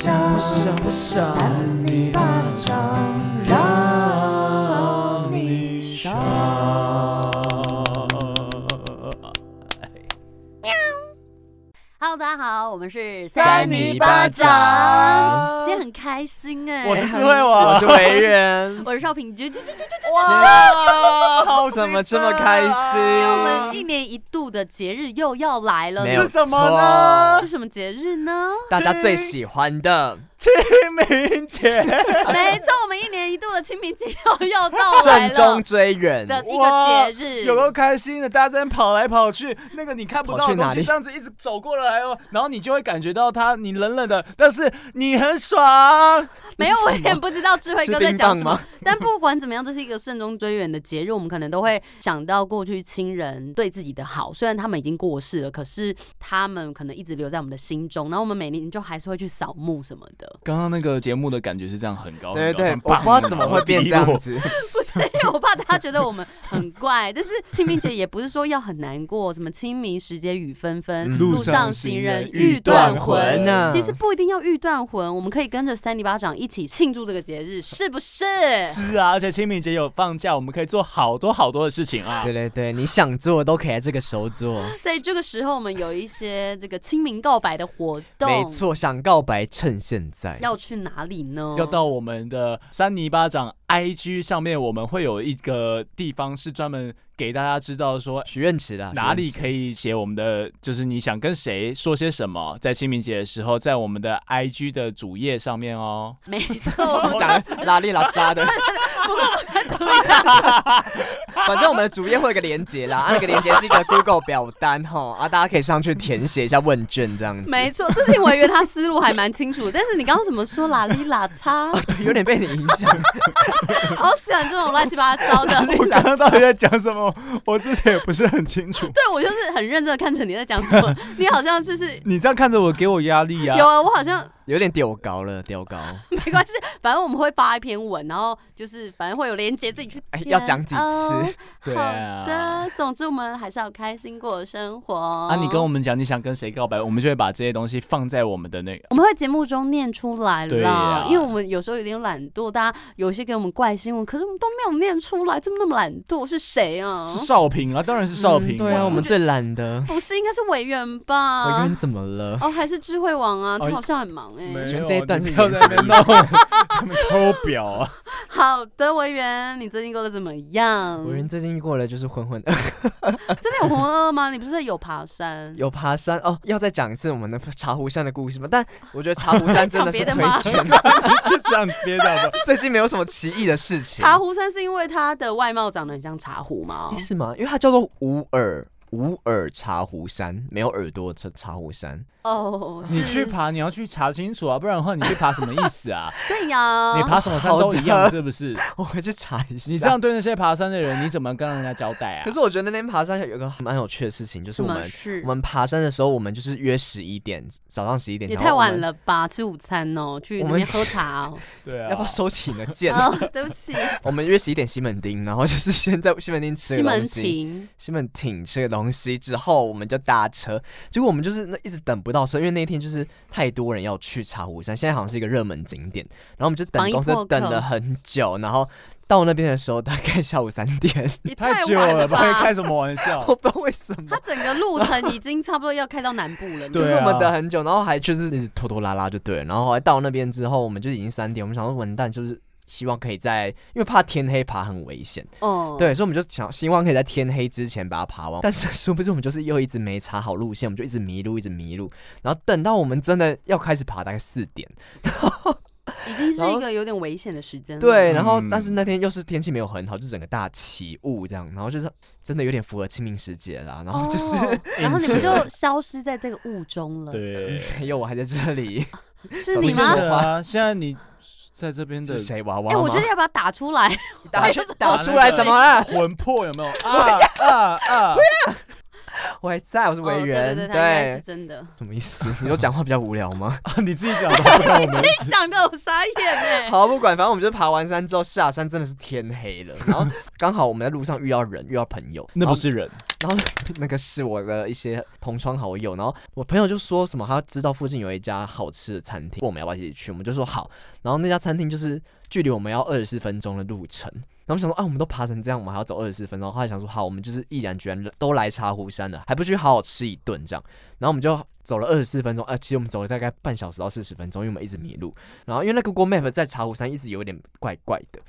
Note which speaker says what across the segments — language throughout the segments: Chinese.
Speaker 1: 想不想
Speaker 2: 你巴掌让你爽。
Speaker 3: Hello，大家好，我们是
Speaker 1: 三
Speaker 2: 泥
Speaker 1: 泥
Speaker 2: 巴
Speaker 1: 巴
Speaker 2: 掌
Speaker 1: 掌
Speaker 3: 今天很开心哎、，
Speaker 1: 我是智慧王，
Speaker 2: 我是为人
Speaker 3: 我是少平，啾啾啾啾啾啾。
Speaker 1: 哇，啊好
Speaker 2: 怎么这么开心
Speaker 3: 因为我们一年一度的节日又要来了，
Speaker 2: 没有
Speaker 1: 是什么呢
Speaker 3: 是？什么节日呢？
Speaker 2: 大家最喜欢的
Speaker 1: 清明节，
Speaker 3: 没错，我们一年一度的清明节又要到来
Speaker 2: 慎终
Speaker 3: 了
Speaker 2: 追远，
Speaker 3: 的一
Speaker 1: 哇
Speaker 3: 个节日。
Speaker 1: 有够开心的，大家在那边跑来跑去，那个你看不到的东
Speaker 2: 跑去哪
Speaker 1: 西，
Speaker 2: 里
Speaker 1: 这样子一直走过来哦，然后你就会感觉到它，你冷冷的，但是你很爽。
Speaker 3: 没有，
Speaker 2: 是
Speaker 3: 我
Speaker 2: 什
Speaker 3: 有点
Speaker 2: 么
Speaker 3: 不知道智慧
Speaker 2: 吃
Speaker 3: 哥在
Speaker 2: 冰
Speaker 3: 讲
Speaker 2: 棒
Speaker 3: 什么
Speaker 2: 吗。
Speaker 3: 但不管怎么样，这是一个慎终追远的节日，我们可能都会想到过去亲人对自己的好。虽然他们已经过世了，可是他们可能一直留在我们的心中。然后我们每年就还是会去扫墓什么的。
Speaker 1: 刚刚那个节目的感觉是这样，很高，
Speaker 2: 对
Speaker 1: 很高
Speaker 2: 对对
Speaker 1: 哦很，
Speaker 2: 我
Speaker 1: 棒
Speaker 2: 不知道怎么会变这 样子，
Speaker 3: 不是因为我怕大家觉得我们很怪，但是清明节也不是说要很难过，什么清明时节雨纷纷，
Speaker 2: 嗯
Speaker 1: 路上
Speaker 3: 上
Speaker 1: 行
Speaker 3: 行
Speaker 1: 人
Speaker 3: 人
Speaker 1: 欲
Speaker 3: 欲
Speaker 1: 断魂
Speaker 3: 断
Speaker 1: 嗯
Speaker 3: 魂。啊
Speaker 2: 呢
Speaker 3: 其实不一定要欲断魂，我们可以跟着三里巴掌一起庆祝这个节日，是不是？
Speaker 1: 是啊，而且清明节有放假，我们可以做好多好多的事情啊
Speaker 2: 对。对对，你想做都可以在这个时候做，
Speaker 3: 在这个时候，我们有一些这个清明告白的活动，
Speaker 2: 没，错，想告白趁现在，
Speaker 3: 要去哪里呢？
Speaker 1: 要到我们的三泥巴掌 IG 上面，我们会有一个地方是专门给大家知道说
Speaker 2: 许愿池啦，
Speaker 1: 哪里
Speaker 2: 许愿池
Speaker 1: 可以写我们的，就是你想跟谁说些什么，在清明节的时候，在我们的 IG 的主页上面 哦。
Speaker 3: 没错，我
Speaker 2: 怎
Speaker 3: 们
Speaker 2: 么讲得拉里拉 扎的？反正我们的主页会有一个连接啦，啊，那个连接是一个 Google 表单哈，啊，大家可以上去填写一下问卷这样子。
Speaker 3: 没错，这是我以为他思路还蛮清楚，但是你刚刚怎么说啦哩啦擦，
Speaker 2: 对，有点被你影响。
Speaker 3: 好喜欢这种乱七八糟的。
Speaker 1: 我刚刚到底在讲什么？我自己也不是很清楚。
Speaker 3: 对我就是很认真的看着你在讲 什么，你好像就是
Speaker 1: 你这样看着我，给我压力啊
Speaker 3: 有！啊，我好像
Speaker 2: 有点丢高了，丢高。
Speaker 3: 没关系，反正我们会发一篇文，然后就是反正会有连接，自己去
Speaker 2: 哎
Speaker 3: 填
Speaker 2: 要讲几次
Speaker 3: 哦
Speaker 1: 对啊
Speaker 3: 好的，总之我们还是要开心过生活
Speaker 1: 啊，
Speaker 3: 啊
Speaker 1: 你跟我们讲你想跟谁告白，我们就会把这些东西放在我们的那个。
Speaker 3: 我们会节目中念出来
Speaker 1: 对啊
Speaker 3: 啦，
Speaker 1: 呀
Speaker 3: 因为我们有时候有点懒惰，大家有些给我们怪新闻，可是我们都没有念出来，怎么那么懒惰？是谁啊？
Speaker 1: 是少平啊，当然是少平、
Speaker 2: 哦嗯对啊，我们最懒的。
Speaker 3: 不是应该是委员
Speaker 2: 我
Speaker 3: 吧
Speaker 2: 冤？怎么了？
Speaker 3: 哦，还是智慧王啊？
Speaker 1: 哦
Speaker 3: 他好像很忙哎、
Speaker 1: 没有
Speaker 2: 选这一段是
Speaker 1: 你不要
Speaker 2: 演
Speaker 1: 在
Speaker 2: 什
Speaker 1: 那
Speaker 2: 么
Speaker 1: 边
Speaker 2: 意
Speaker 1: 闹， 他们偷表啊！
Speaker 3: 好的，委员，你最近过得怎么样？
Speaker 2: 我人最近过了就是浑浑，
Speaker 3: 真的有红二吗？你不是有爬山？
Speaker 2: 有爬山哦。要再讲一次我们的茶壶山的故事吗？ 但我觉得茶壶山真的
Speaker 3: 讲别
Speaker 2: 是
Speaker 3: 的
Speaker 2: 推
Speaker 3: 吗
Speaker 2: 荐的。
Speaker 1: 就这样憋到 吧。
Speaker 2: 最近没有什么奇异的事情。
Speaker 3: 茶壶山是因为它的外貌长得很像茶壶吗
Speaker 2: 哦诶？是吗？因为它叫做无耳无耳茶壶山，没有耳朵的茶壶山。
Speaker 3: 哦，
Speaker 1: 你
Speaker 3: 是
Speaker 1: 去爬，你要去查清楚啊，不然的话你去爬什么意思啊？
Speaker 3: 对呀，
Speaker 1: 你爬什么山都一
Speaker 2: 好
Speaker 1: 样，
Speaker 2: 的
Speaker 1: 是不 是？ 啊
Speaker 2: 我回去查一下。
Speaker 1: 你这样对那些爬山的人，你怎么跟人家交代啊？
Speaker 2: 可是我觉得那天爬山有一个蛮有趣的事情，就是
Speaker 3: 什
Speaker 2: 我
Speaker 3: 么
Speaker 2: 们
Speaker 3: 事
Speaker 2: 我？们爬山的时候，我们就是约十一点，早上十一点。
Speaker 3: 也
Speaker 2: 然
Speaker 3: 太
Speaker 2: 后我们
Speaker 3: 晚。了吧，吃午餐哦，去
Speaker 2: 我
Speaker 3: 那
Speaker 2: 们
Speaker 3: 边喝茶哦。
Speaker 1: 对啊，
Speaker 2: 要不要收起你的 剑？
Speaker 3: 哦，对不起，
Speaker 2: 我们约十一点西门町，然后就是先在西门町吃
Speaker 3: 西
Speaker 2: 个
Speaker 3: 门
Speaker 2: 东西，
Speaker 3: 町
Speaker 2: 西门町吃个东西之后，我们就搭车。结果我们就是那一直等不到车，因为那一天就是太多人要去茶壶山，现在好像是一个热门景点。然后我们就等
Speaker 3: 防疫
Speaker 2: 公车
Speaker 3: 破
Speaker 2: 等
Speaker 3: 口
Speaker 2: 了很久，然后到那边的时候大概下午三 点，
Speaker 3: 也
Speaker 1: 太久
Speaker 3: 晚
Speaker 1: 了
Speaker 3: 了
Speaker 1: 吧？你开什么玩 笑？
Speaker 2: 我不知道为什么
Speaker 3: 它。整个路程已经差不多要开到南部了。
Speaker 1: 对
Speaker 2: 就
Speaker 1: 啊
Speaker 2: 是我们等很久，然后还就是一直拖拖拉拉就对了，然后后来到那边之后，我们就已经三点，我们想说完蛋，就是希望可以在，因为怕天黑爬很危险，
Speaker 3: 哦，
Speaker 2: 对，所以我们就想希望可以在天黑之前把它爬完。但是 殊不知我们就是又一直没查好路线，我们就一直迷路，一直迷路，然后等到我们真的要开始爬，大概四点，
Speaker 3: 已经是
Speaker 2: 然
Speaker 3: 一
Speaker 2: 后
Speaker 3: 个有点危险的时间了。
Speaker 2: 对，然后
Speaker 1: 嗯
Speaker 2: 但是那天又是天气没有很好，就整个大起雾这样，然后就是真的有点符合清明时节啦，然后就是、
Speaker 3: 哦然后你
Speaker 1: 因
Speaker 3: 们
Speaker 1: 此
Speaker 3: 就消失在这个雾中 了，
Speaker 1: 对，
Speaker 2: 没有我还在这里，
Speaker 3: 是
Speaker 2: 小
Speaker 3: 你
Speaker 2: 心
Speaker 3: 吗
Speaker 2: 说
Speaker 1: 真？的啊，现在你在这边的
Speaker 2: 是谁娃娃
Speaker 3: 哎，
Speaker 2: 吗？
Speaker 3: 我觉得要把它打出来，
Speaker 2: 打
Speaker 3: 就是
Speaker 2: 打
Speaker 1: 打
Speaker 2: 出
Speaker 1: 那
Speaker 2: 来
Speaker 1: 个
Speaker 2: 什么
Speaker 3: 哎
Speaker 2: 了？
Speaker 1: 魂魄有没 有？啊啊啊！
Speaker 2: 我还在，我是
Speaker 3: 哦
Speaker 2: 委
Speaker 3: 对
Speaker 2: 员，
Speaker 3: 对对，它应该是真的。
Speaker 2: 什么意思？你说讲话比较无聊吗？
Speaker 1: 啊 你自己讲的，不关我们的事。
Speaker 3: 讲的我傻眼哎、
Speaker 2: 好，不管，反正我们就爬完 山之后下山，真的是天黑了，然后 刚好我们在路上遇到人，遇到朋友，
Speaker 1: 那
Speaker 2: 然后
Speaker 1: 不是人，
Speaker 2: 然后那 个是我的一些同窗好友，然后我朋友就说什么他知道附近有一家好吃的餐厅，问我们要不要一起去，我们就说好。然后那家餐厅就是距离我们要二十四分钟的路程。然后我们想说啊，我们都爬成这样，我们还要走二十四分钟。后来想说好，我们就是毅然决然都来茶壶山了，还不去好好吃一顿这样。然后我们就走了二十四分钟，啊，其实我们走了大概半小时到四十分钟，因为我们一直迷路。然后因为那个 Google Map 在茶壶山一直有点怪怪的。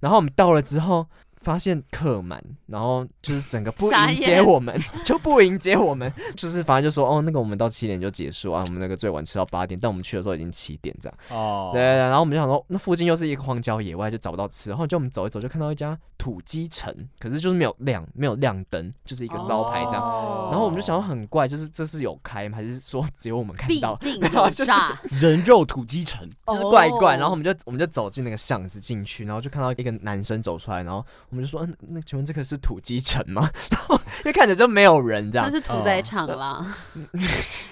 Speaker 2: 然后我们到了之后，发现客满，然后就是整个不
Speaker 3: 傻
Speaker 2: 迎
Speaker 3: 眼
Speaker 2: 接我们， 就不迎接我们，就是反正就说哦，那个我们到七点就结束啊，我们那个最晚吃到八点，但我们去的时候已经七点这样。
Speaker 1: 哦，
Speaker 2: 对对，对然后我们就想说，那附近又是一个荒郊野外，就找不到吃。然后就我们走一走，就看到一家土鸡城，可是就是没有亮，没有亮灯，就是一个招牌这样。
Speaker 1: 哦
Speaker 2: 然后我们就想说很怪，就是这是有开吗？还是说只有我们看
Speaker 3: 必
Speaker 2: 到？
Speaker 3: 定
Speaker 2: 没有
Speaker 3: 有
Speaker 2: 就是
Speaker 3: 诈，
Speaker 1: 人肉土鸡城，
Speaker 2: 就是怪怪。然后我们就我们就走进那个巷子进去，然后就看到一个男生走出来，然后我们就说，嗯，那请问这个是土鸡城吗？ 然后因为看起来就没有人这样
Speaker 3: 那，是屠宰
Speaker 2: 哦
Speaker 3: 场啦，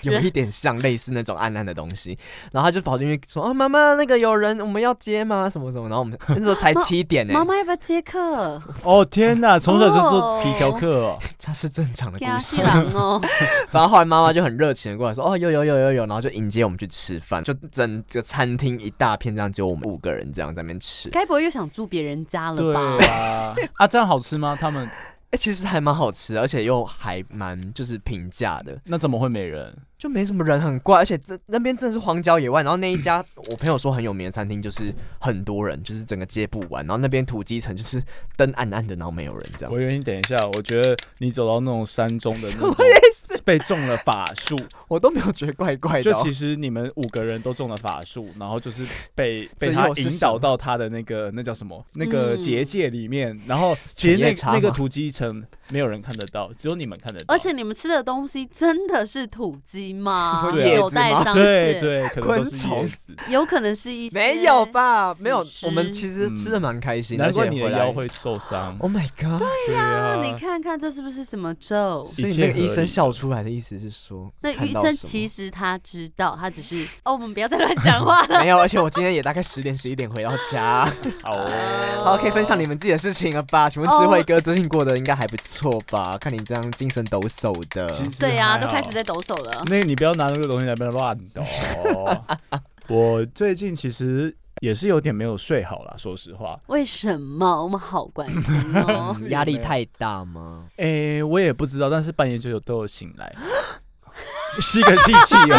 Speaker 2: 有一点像类似那种暗暗的东西，然后他就跑进去说：“啊，妈妈，那个有人，我们要接吗？什么什么？”然后我们那时候才七点呢、欸
Speaker 3: 妈妈要不要接客？
Speaker 1: 哦天哪，从小就做皮条
Speaker 3: 哦
Speaker 1: 客 哦，
Speaker 2: 它啊是正常的故
Speaker 3: 天
Speaker 2: 事
Speaker 3: 西。郎哦，
Speaker 2: 然后后来妈妈就很热情的过来说：“哦，有有有有有。”然后就迎接我们去吃饭，就整个餐厅一大片这样，只有我们五个人这样在那边吃。
Speaker 3: 该不会又想住别人家了
Speaker 1: 对
Speaker 3: 吧？
Speaker 1: 啊，啊这样好吃吗？他们
Speaker 2: 哎、其实还蛮好吃的，而且又还蛮就是平价的，
Speaker 1: 那怎么会没人？
Speaker 2: 就没什么人，很怪。而且这那边真的是荒郊野外。然后那一家我朋友说很有名的餐厅，就是很多人，就是整个接不完。然后那边土鸡城就是灯暗暗的，然后没有人这样。
Speaker 1: 我以为你等一下，我觉得你走到那种山中的那 种，被中了法术，
Speaker 2: 我都没有觉得怪怪的
Speaker 1: 就
Speaker 2: 哦、
Speaker 1: 其实你们五个人都中了法术，然后就是被被
Speaker 2: 这又
Speaker 1: 他
Speaker 2: 是
Speaker 1: 引
Speaker 2: 什么
Speaker 1: 导到他的那个那叫什么那个
Speaker 3: 嗯
Speaker 1: 结界里面，然后其实
Speaker 2: 夜
Speaker 1: 那
Speaker 2: 叉
Speaker 1: 那个
Speaker 2: 吗
Speaker 1: 突击城没有人看得到，只有你们看得到，
Speaker 3: 而且你们吃的东西真的是土鸡吗
Speaker 2: 你？说
Speaker 1: 叶
Speaker 3: 有
Speaker 2: 子
Speaker 3: 待
Speaker 2: 吗
Speaker 3: 商
Speaker 1: 对
Speaker 3: 榷，
Speaker 1: 对，可能都是
Speaker 2: 昆虫
Speaker 1: 叶子，
Speaker 3: 有可能是一些
Speaker 2: 没有吧？
Speaker 3: 死
Speaker 2: 没有，
Speaker 3: 尸
Speaker 2: 我们其实吃的蛮开心的，
Speaker 1: 嗯难怪
Speaker 2: 而且
Speaker 1: 你的
Speaker 2: 回来啊
Speaker 1: 腰会受伤。
Speaker 2: Oh my god！
Speaker 1: 对啊呀
Speaker 3: 那你看看这是不是什么咒？
Speaker 2: 所
Speaker 1: 一
Speaker 2: 以
Speaker 1: 切
Speaker 2: 那个医
Speaker 1: 合
Speaker 2: 生
Speaker 1: 理
Speaker 2: 笑出来的意思是说，
Speaker 3: 那
Speaker 2: 看
Speaker 3: 医
Speaker 2: 到
Speaker 3: 生
Speaker 2: 什么
Speaker 3: 其实他知道，他只是哦，我们不要再乱讲话 了。
Speaker 2: 没有，而且我今天也大概十点十一点回到 家。
Speaker 1: 好哦，
Speaker 2: 好，可以分享你们自己的事情了吧？请问智慧哥最近过得应该还不错吧？看你这样精神抖擞的，啊
Speaker 1: 其实
Speaker 3: 对呀、
Speaker 1: 还
Speaker 3: 都开始
Speaker 1: 好
Speaker 3: 在抖手了。
Speaker 1: 那你不要拿那个东西来那边乱抖。我最近其实也是有点没有睡好啦，说实话。
Speaker 3: 为什么我们好关心 哦？
Speaker 1: 嗯
Speaker 2: 压力太大吗？
Speaker 1: 诶、我也不知道，但是半夜就有都有醒 来，吸个屁气哦。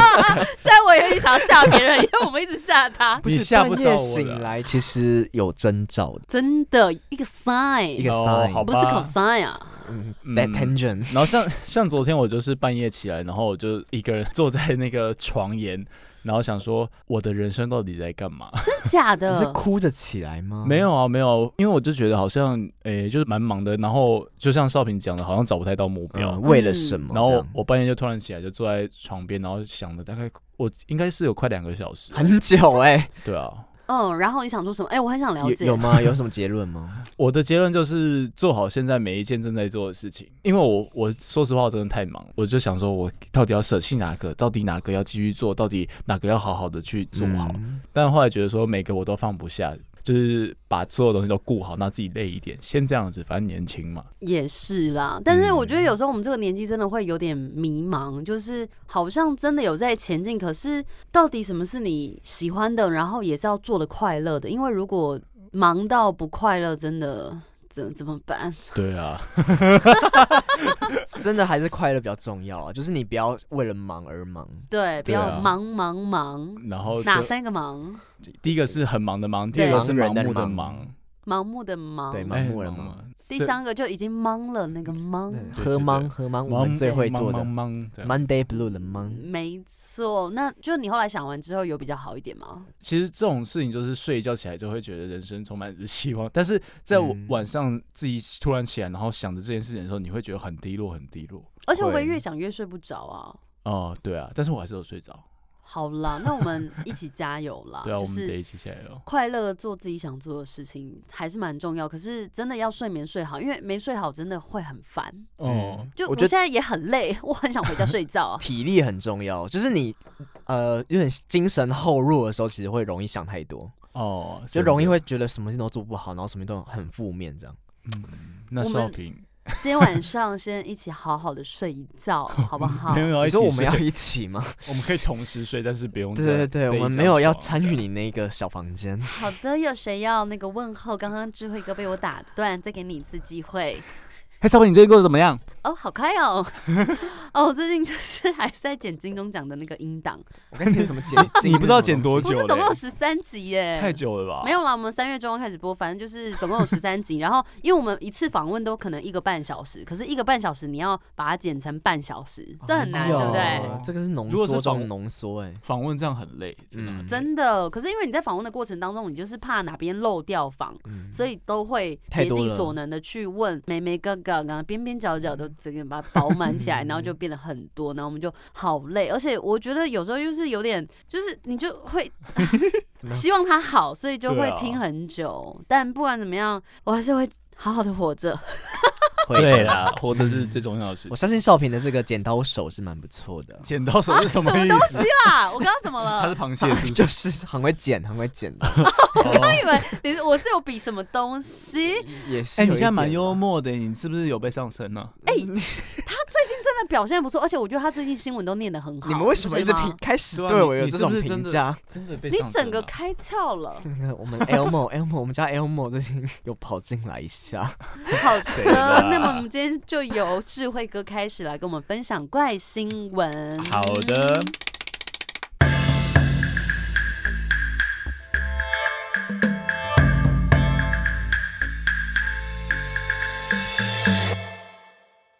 Speaker 3: 虽然我也很想吓别 人，因为我们一直吓他。
Speaker 1: 你吓不到
Speaker 2: 半夜
Speaker 1: 我
Speaker 2: 醒
Speaker 1: 了
Speaker 2: 来其实有征兆的，
Speaker 3: 真的一个
Speaker 2: 一
Speaker 3: sign，
Speaker 2: 个
Speaker 1: 哦
Speaker 2: sign，
Speaker 1: 好
Speaker 3: 不是
Speaker 1: 吧
Speaker 3: cosine 啊，
Speaker 2: 嗯
Speaker 1: 嗯
Speaker 2: ，that tension。
Speaker 1: 然后像像昨天我就是半夜起来，然后我就一个人坐在那个床沿，然后想说我的人生到底在干嘛？
Speaker 3: 真假
Speaker 2: 你是
Speaker 3: 的？
Speaker 2: 哭着起来吗？
Speaker 1: 没有啊，没有，因为我就觉得好像诶、就是蛮忙的，然后就像少平讲的，好像找不太到目标。
Speaker 2: 嗯，为了什么这
Speaker 1: 然
Speaker 2: 样？
Speaker 1: 后我半夜就突然起来，就坐在床边，然后想了大概我应该是有快两个小 时，
Speaker 2: 很久哎、
Speaker 1: 对啊。
Speaker 3: 嗯，然后你想说什么？哎，我很想了
Speaker 2: 有
Speaker 3: 解。
Speaker 2: 有吗？有什么结论吗？
Speaker 1: 我的结论就是做好现在每一件正在做的事情，因为我我说实话我真的太忙，我就想说我到底要舍弃哪个，到底哪个要继续做，到底哪个要好好的去 做好。
Speaker 2: 嗯
Speaker 1: 但后来觉得说每个我都放不下，就是把所有东西都顾好，那自己累一点，先这样子，反正年轻嘛。
Speaker 3: 也是啦，但是我觉得有时候我们这个年纪真的会有点迷茫，就是好像真的有在前进，可是到底什么是你喜欢的，然后也是要做的快乐的？因为如果忙到不快乐，真的怎怎么办？
Speaker 1: 对啊，
Speaker 2: 真的还是快乐比较重要啊，就是你不要为了忙而忙。
Speaker 3: 对，不
Speaker 1: 对啊
Speaker 3: 要忙忙忙，
Speaker 1: 然后就
Speaker 3: 哪三个忙？
Speaker 1: 第一个是很忙的忙，第
Speaker 3: 对
Speaker 1: 二个是
Speaker 2: 盲人
Speaker 1: 盲
Speaker 2: 的
Speaker 1: 目的
Speaker 2: 盲
Speaker 1: 忙，
Speaker 3: 盲目的忙，
Speaker 2: 对盲
Speaker 1: 哎
Speaker 2: 目的
Speaker 1: 盲
Speaker 2: 忙
Speaker 1: 目
Speaker 3: 第
Speaker 1: 这
Speaker 3: 三个就已经忙了，那个忙，
Speaker 1: 嗯对
Speaker 2: 喝
Speaker 1: 对
Speaker 2: 忙
Speaker 1: 对
Speaker 2: 喝忙，我们最会做的
Speaker 1: 忙忙忙这样
Speaker 2: Monday Blue 的忙，
Speaker 3: 没错。那就你后来想完之后有比较好一点吗？
Speaker 1: 其实这种事情就是睡一觉起来就会觉得人生充满着希望，但是在我
Speaker 2: 嗯
Speaker 1: 晚上自己突然起来，然后想着这件事情的时候，你会觉得很低落，很低落。
Speaker 3: 而且我
Speaker 2: 会
Speaker 3: 会越想越睡不着啊。
Speaker 2: 嗯
Speaker 1: 哦，对啊，但是我还是有睡着。
Speaker 3: 好啦，那我们一起加油啦！
Speaker 1: 对啊，
Speaker 3: 就
Speaker 1: 我们得
Speaker 3: 是
Speaker 1: 一起加油。
Speaker 3: 快乐的做自己想做的事情还是蛮重要。可是真的要睡眠睡好，因为没睡好真的会很烦。
Speaker 1: 哦、
Speaker 2: 嗯
Speaker 3: 就
Speaker 2: 我
Speaker 3: 我
Speaker 2: 觉
Speaker 3: 现在
Speaker 2: 得。
Speaker 3: 也很累，我很想回家睡觉啊
Speaker 2: 体力很重要，就是你呃有点精神后弱的时候，其实会容易想太多，
Speaker 1: 哦，
Speaker 2: 就容易
Speaker 1: 真的。
Speaker 2: 会觉得什么事情都做不好，然后什么都很负面这样。
Speaker 1: 那
Speaker 3: 我们
Speaker 1: 少平，
Speaker 3: 今天晚上先一起好好的睡一觉， 好不好
Speaker 1: 没？有要
Speaker 2: 你
Speaker 1: 一
Speaker 2: 说
Speaker 1: 起
Speaker 2: 我们
Speaker 1: 睡
Speaker 2: 要一起吗？
Speaker 1: 我们可以同时睡，但是不用
Speaker 2: 对
Speaker 1: 在
Speaker 2: 对对，
Speaker 1: 在一
Speaker 2: 我们
Speaker 1: 张
Speaker 2: 没有要
Speaker 1: 床
Speaker 2: 参
Speaker 1: 这
Speaker 2: 与
Speaker 1: 样
Speaker 2: 你那个小房 间。
Speaker 3: 好的，有谁要那个问候？刚刚智慧哥被我打断，再给你一次机会。
Speaker 1: 嘿，小本，你最近过得怎么样？，
Speaker 3: 哦，好快哦！ 哦，我最近就是还是在剪金钟奖的那个音档，
Speaker 2: 我 跟你什么剪
Speaker 1: 你不知道剪多
Speaker 3: 不是
Speaker 1: 久
Speaker 3: 总共有
Speaker 1: 嘞
Speaker 3: 十三集耶，
Speaker 1: 太久了吧？
Speaker 3: 没有啦，我们三月中要开始播，反正就是总共有十三集。然后，因为我们一次访问都可能一个半小时，可是一个半小时你要把它剪成半小时，这
Speaker 2: 哦
Speaker 3: 很难，
Speaker 1: 哎呦
Speaker 3: 对不对？
Speaker 2: 这个是浓
Speaker 1: 如果是
Speaker 2: 缩中
Speaker 1: 仿
Speaker 2: 浓缩，哎，
Speaker 1: 访问这样很累，真的很
Speaker 2: 嗯
Speaker 1: 累。
Speaker 3: 真的，可是因为你在访问的过程当中，你就是怕哪边漏掉访，
Speaker 2: 嗯
Speaker 3: 所以都会
Speaker 2: 太
Speaker 3: 竭
Speaker 2: 多
Speaker 3: 尽
Speaker 2: 了
Speaker 3: 所能的去问每每个个个边边角角都整个把它饱满起来，然后就变得很多，然后我们就好累，而且我觉得有时候就是有点，就是你就会
Speaker 2: 怎么样
Speaker 3: 希望它好，所以就
Speaker 1: 对
Speaker 3: 会
Speaker 1: 啊
Speaker 3: 听很久。但不管怎么样，我还是会好好的活着。
Speaker 2: 会
Speaker 1: 对 啦，活着是最重要的事
Speaker 2: 我
Speaker 1: 情。
Speaker 2: 相信少平的这个剪刀手是蛮不错 的，
Speaker 1: 剪刀手是什么意 思？
Speaker 3: 啊，我刚刚怎么
Speaker 1: 它是
Speaker 3: 了？
Speaker 1: 螃蟹是不是？
Speaker 2: 就是很会剪，很会剪的，
Speaker 1: 哦
Speaker 3: 我以为你是我是有比什么东西，
Speaker 2: 也是。
Speaker 1: 哎，你现在蛮幽，默的，你是不是有被上身呢？
Speaker 3: 真的表现不错，而且我觉得他最近新闻都念得很好。
Speaker 2: 你们为什么一直
Speaker 3: 不是吗
Speaker 2: 评开始
Speaker 1: 对啊
Speaker 2: 对
Speaker 1: 你
Speaker 2: 我有
Speaker 1: 你
Speaker 2: 这
Speaker 1: 是不
Speaker 2: 种
Speaker 1: 是
Speaker 2: 评
Speaker 1: 真的
Speaker 2: 价？
Speaker 1: 真的被
Speaker 3: 你
Speaker 1: 上身
Speaker 3: 整个
Speaker 1: 了
Speaker 3: 开窍了，
Speaker 2: 那个 我们 Elmo Elmo，我们家 Elmo 最近有跑进来一下，
Speaker 3: 好
Speaker 1: 谁啦
Speaker 3: 的。那么我们今天就由智慧哥开始来跟我们分享怪新闻。
Speaker 1: 好的。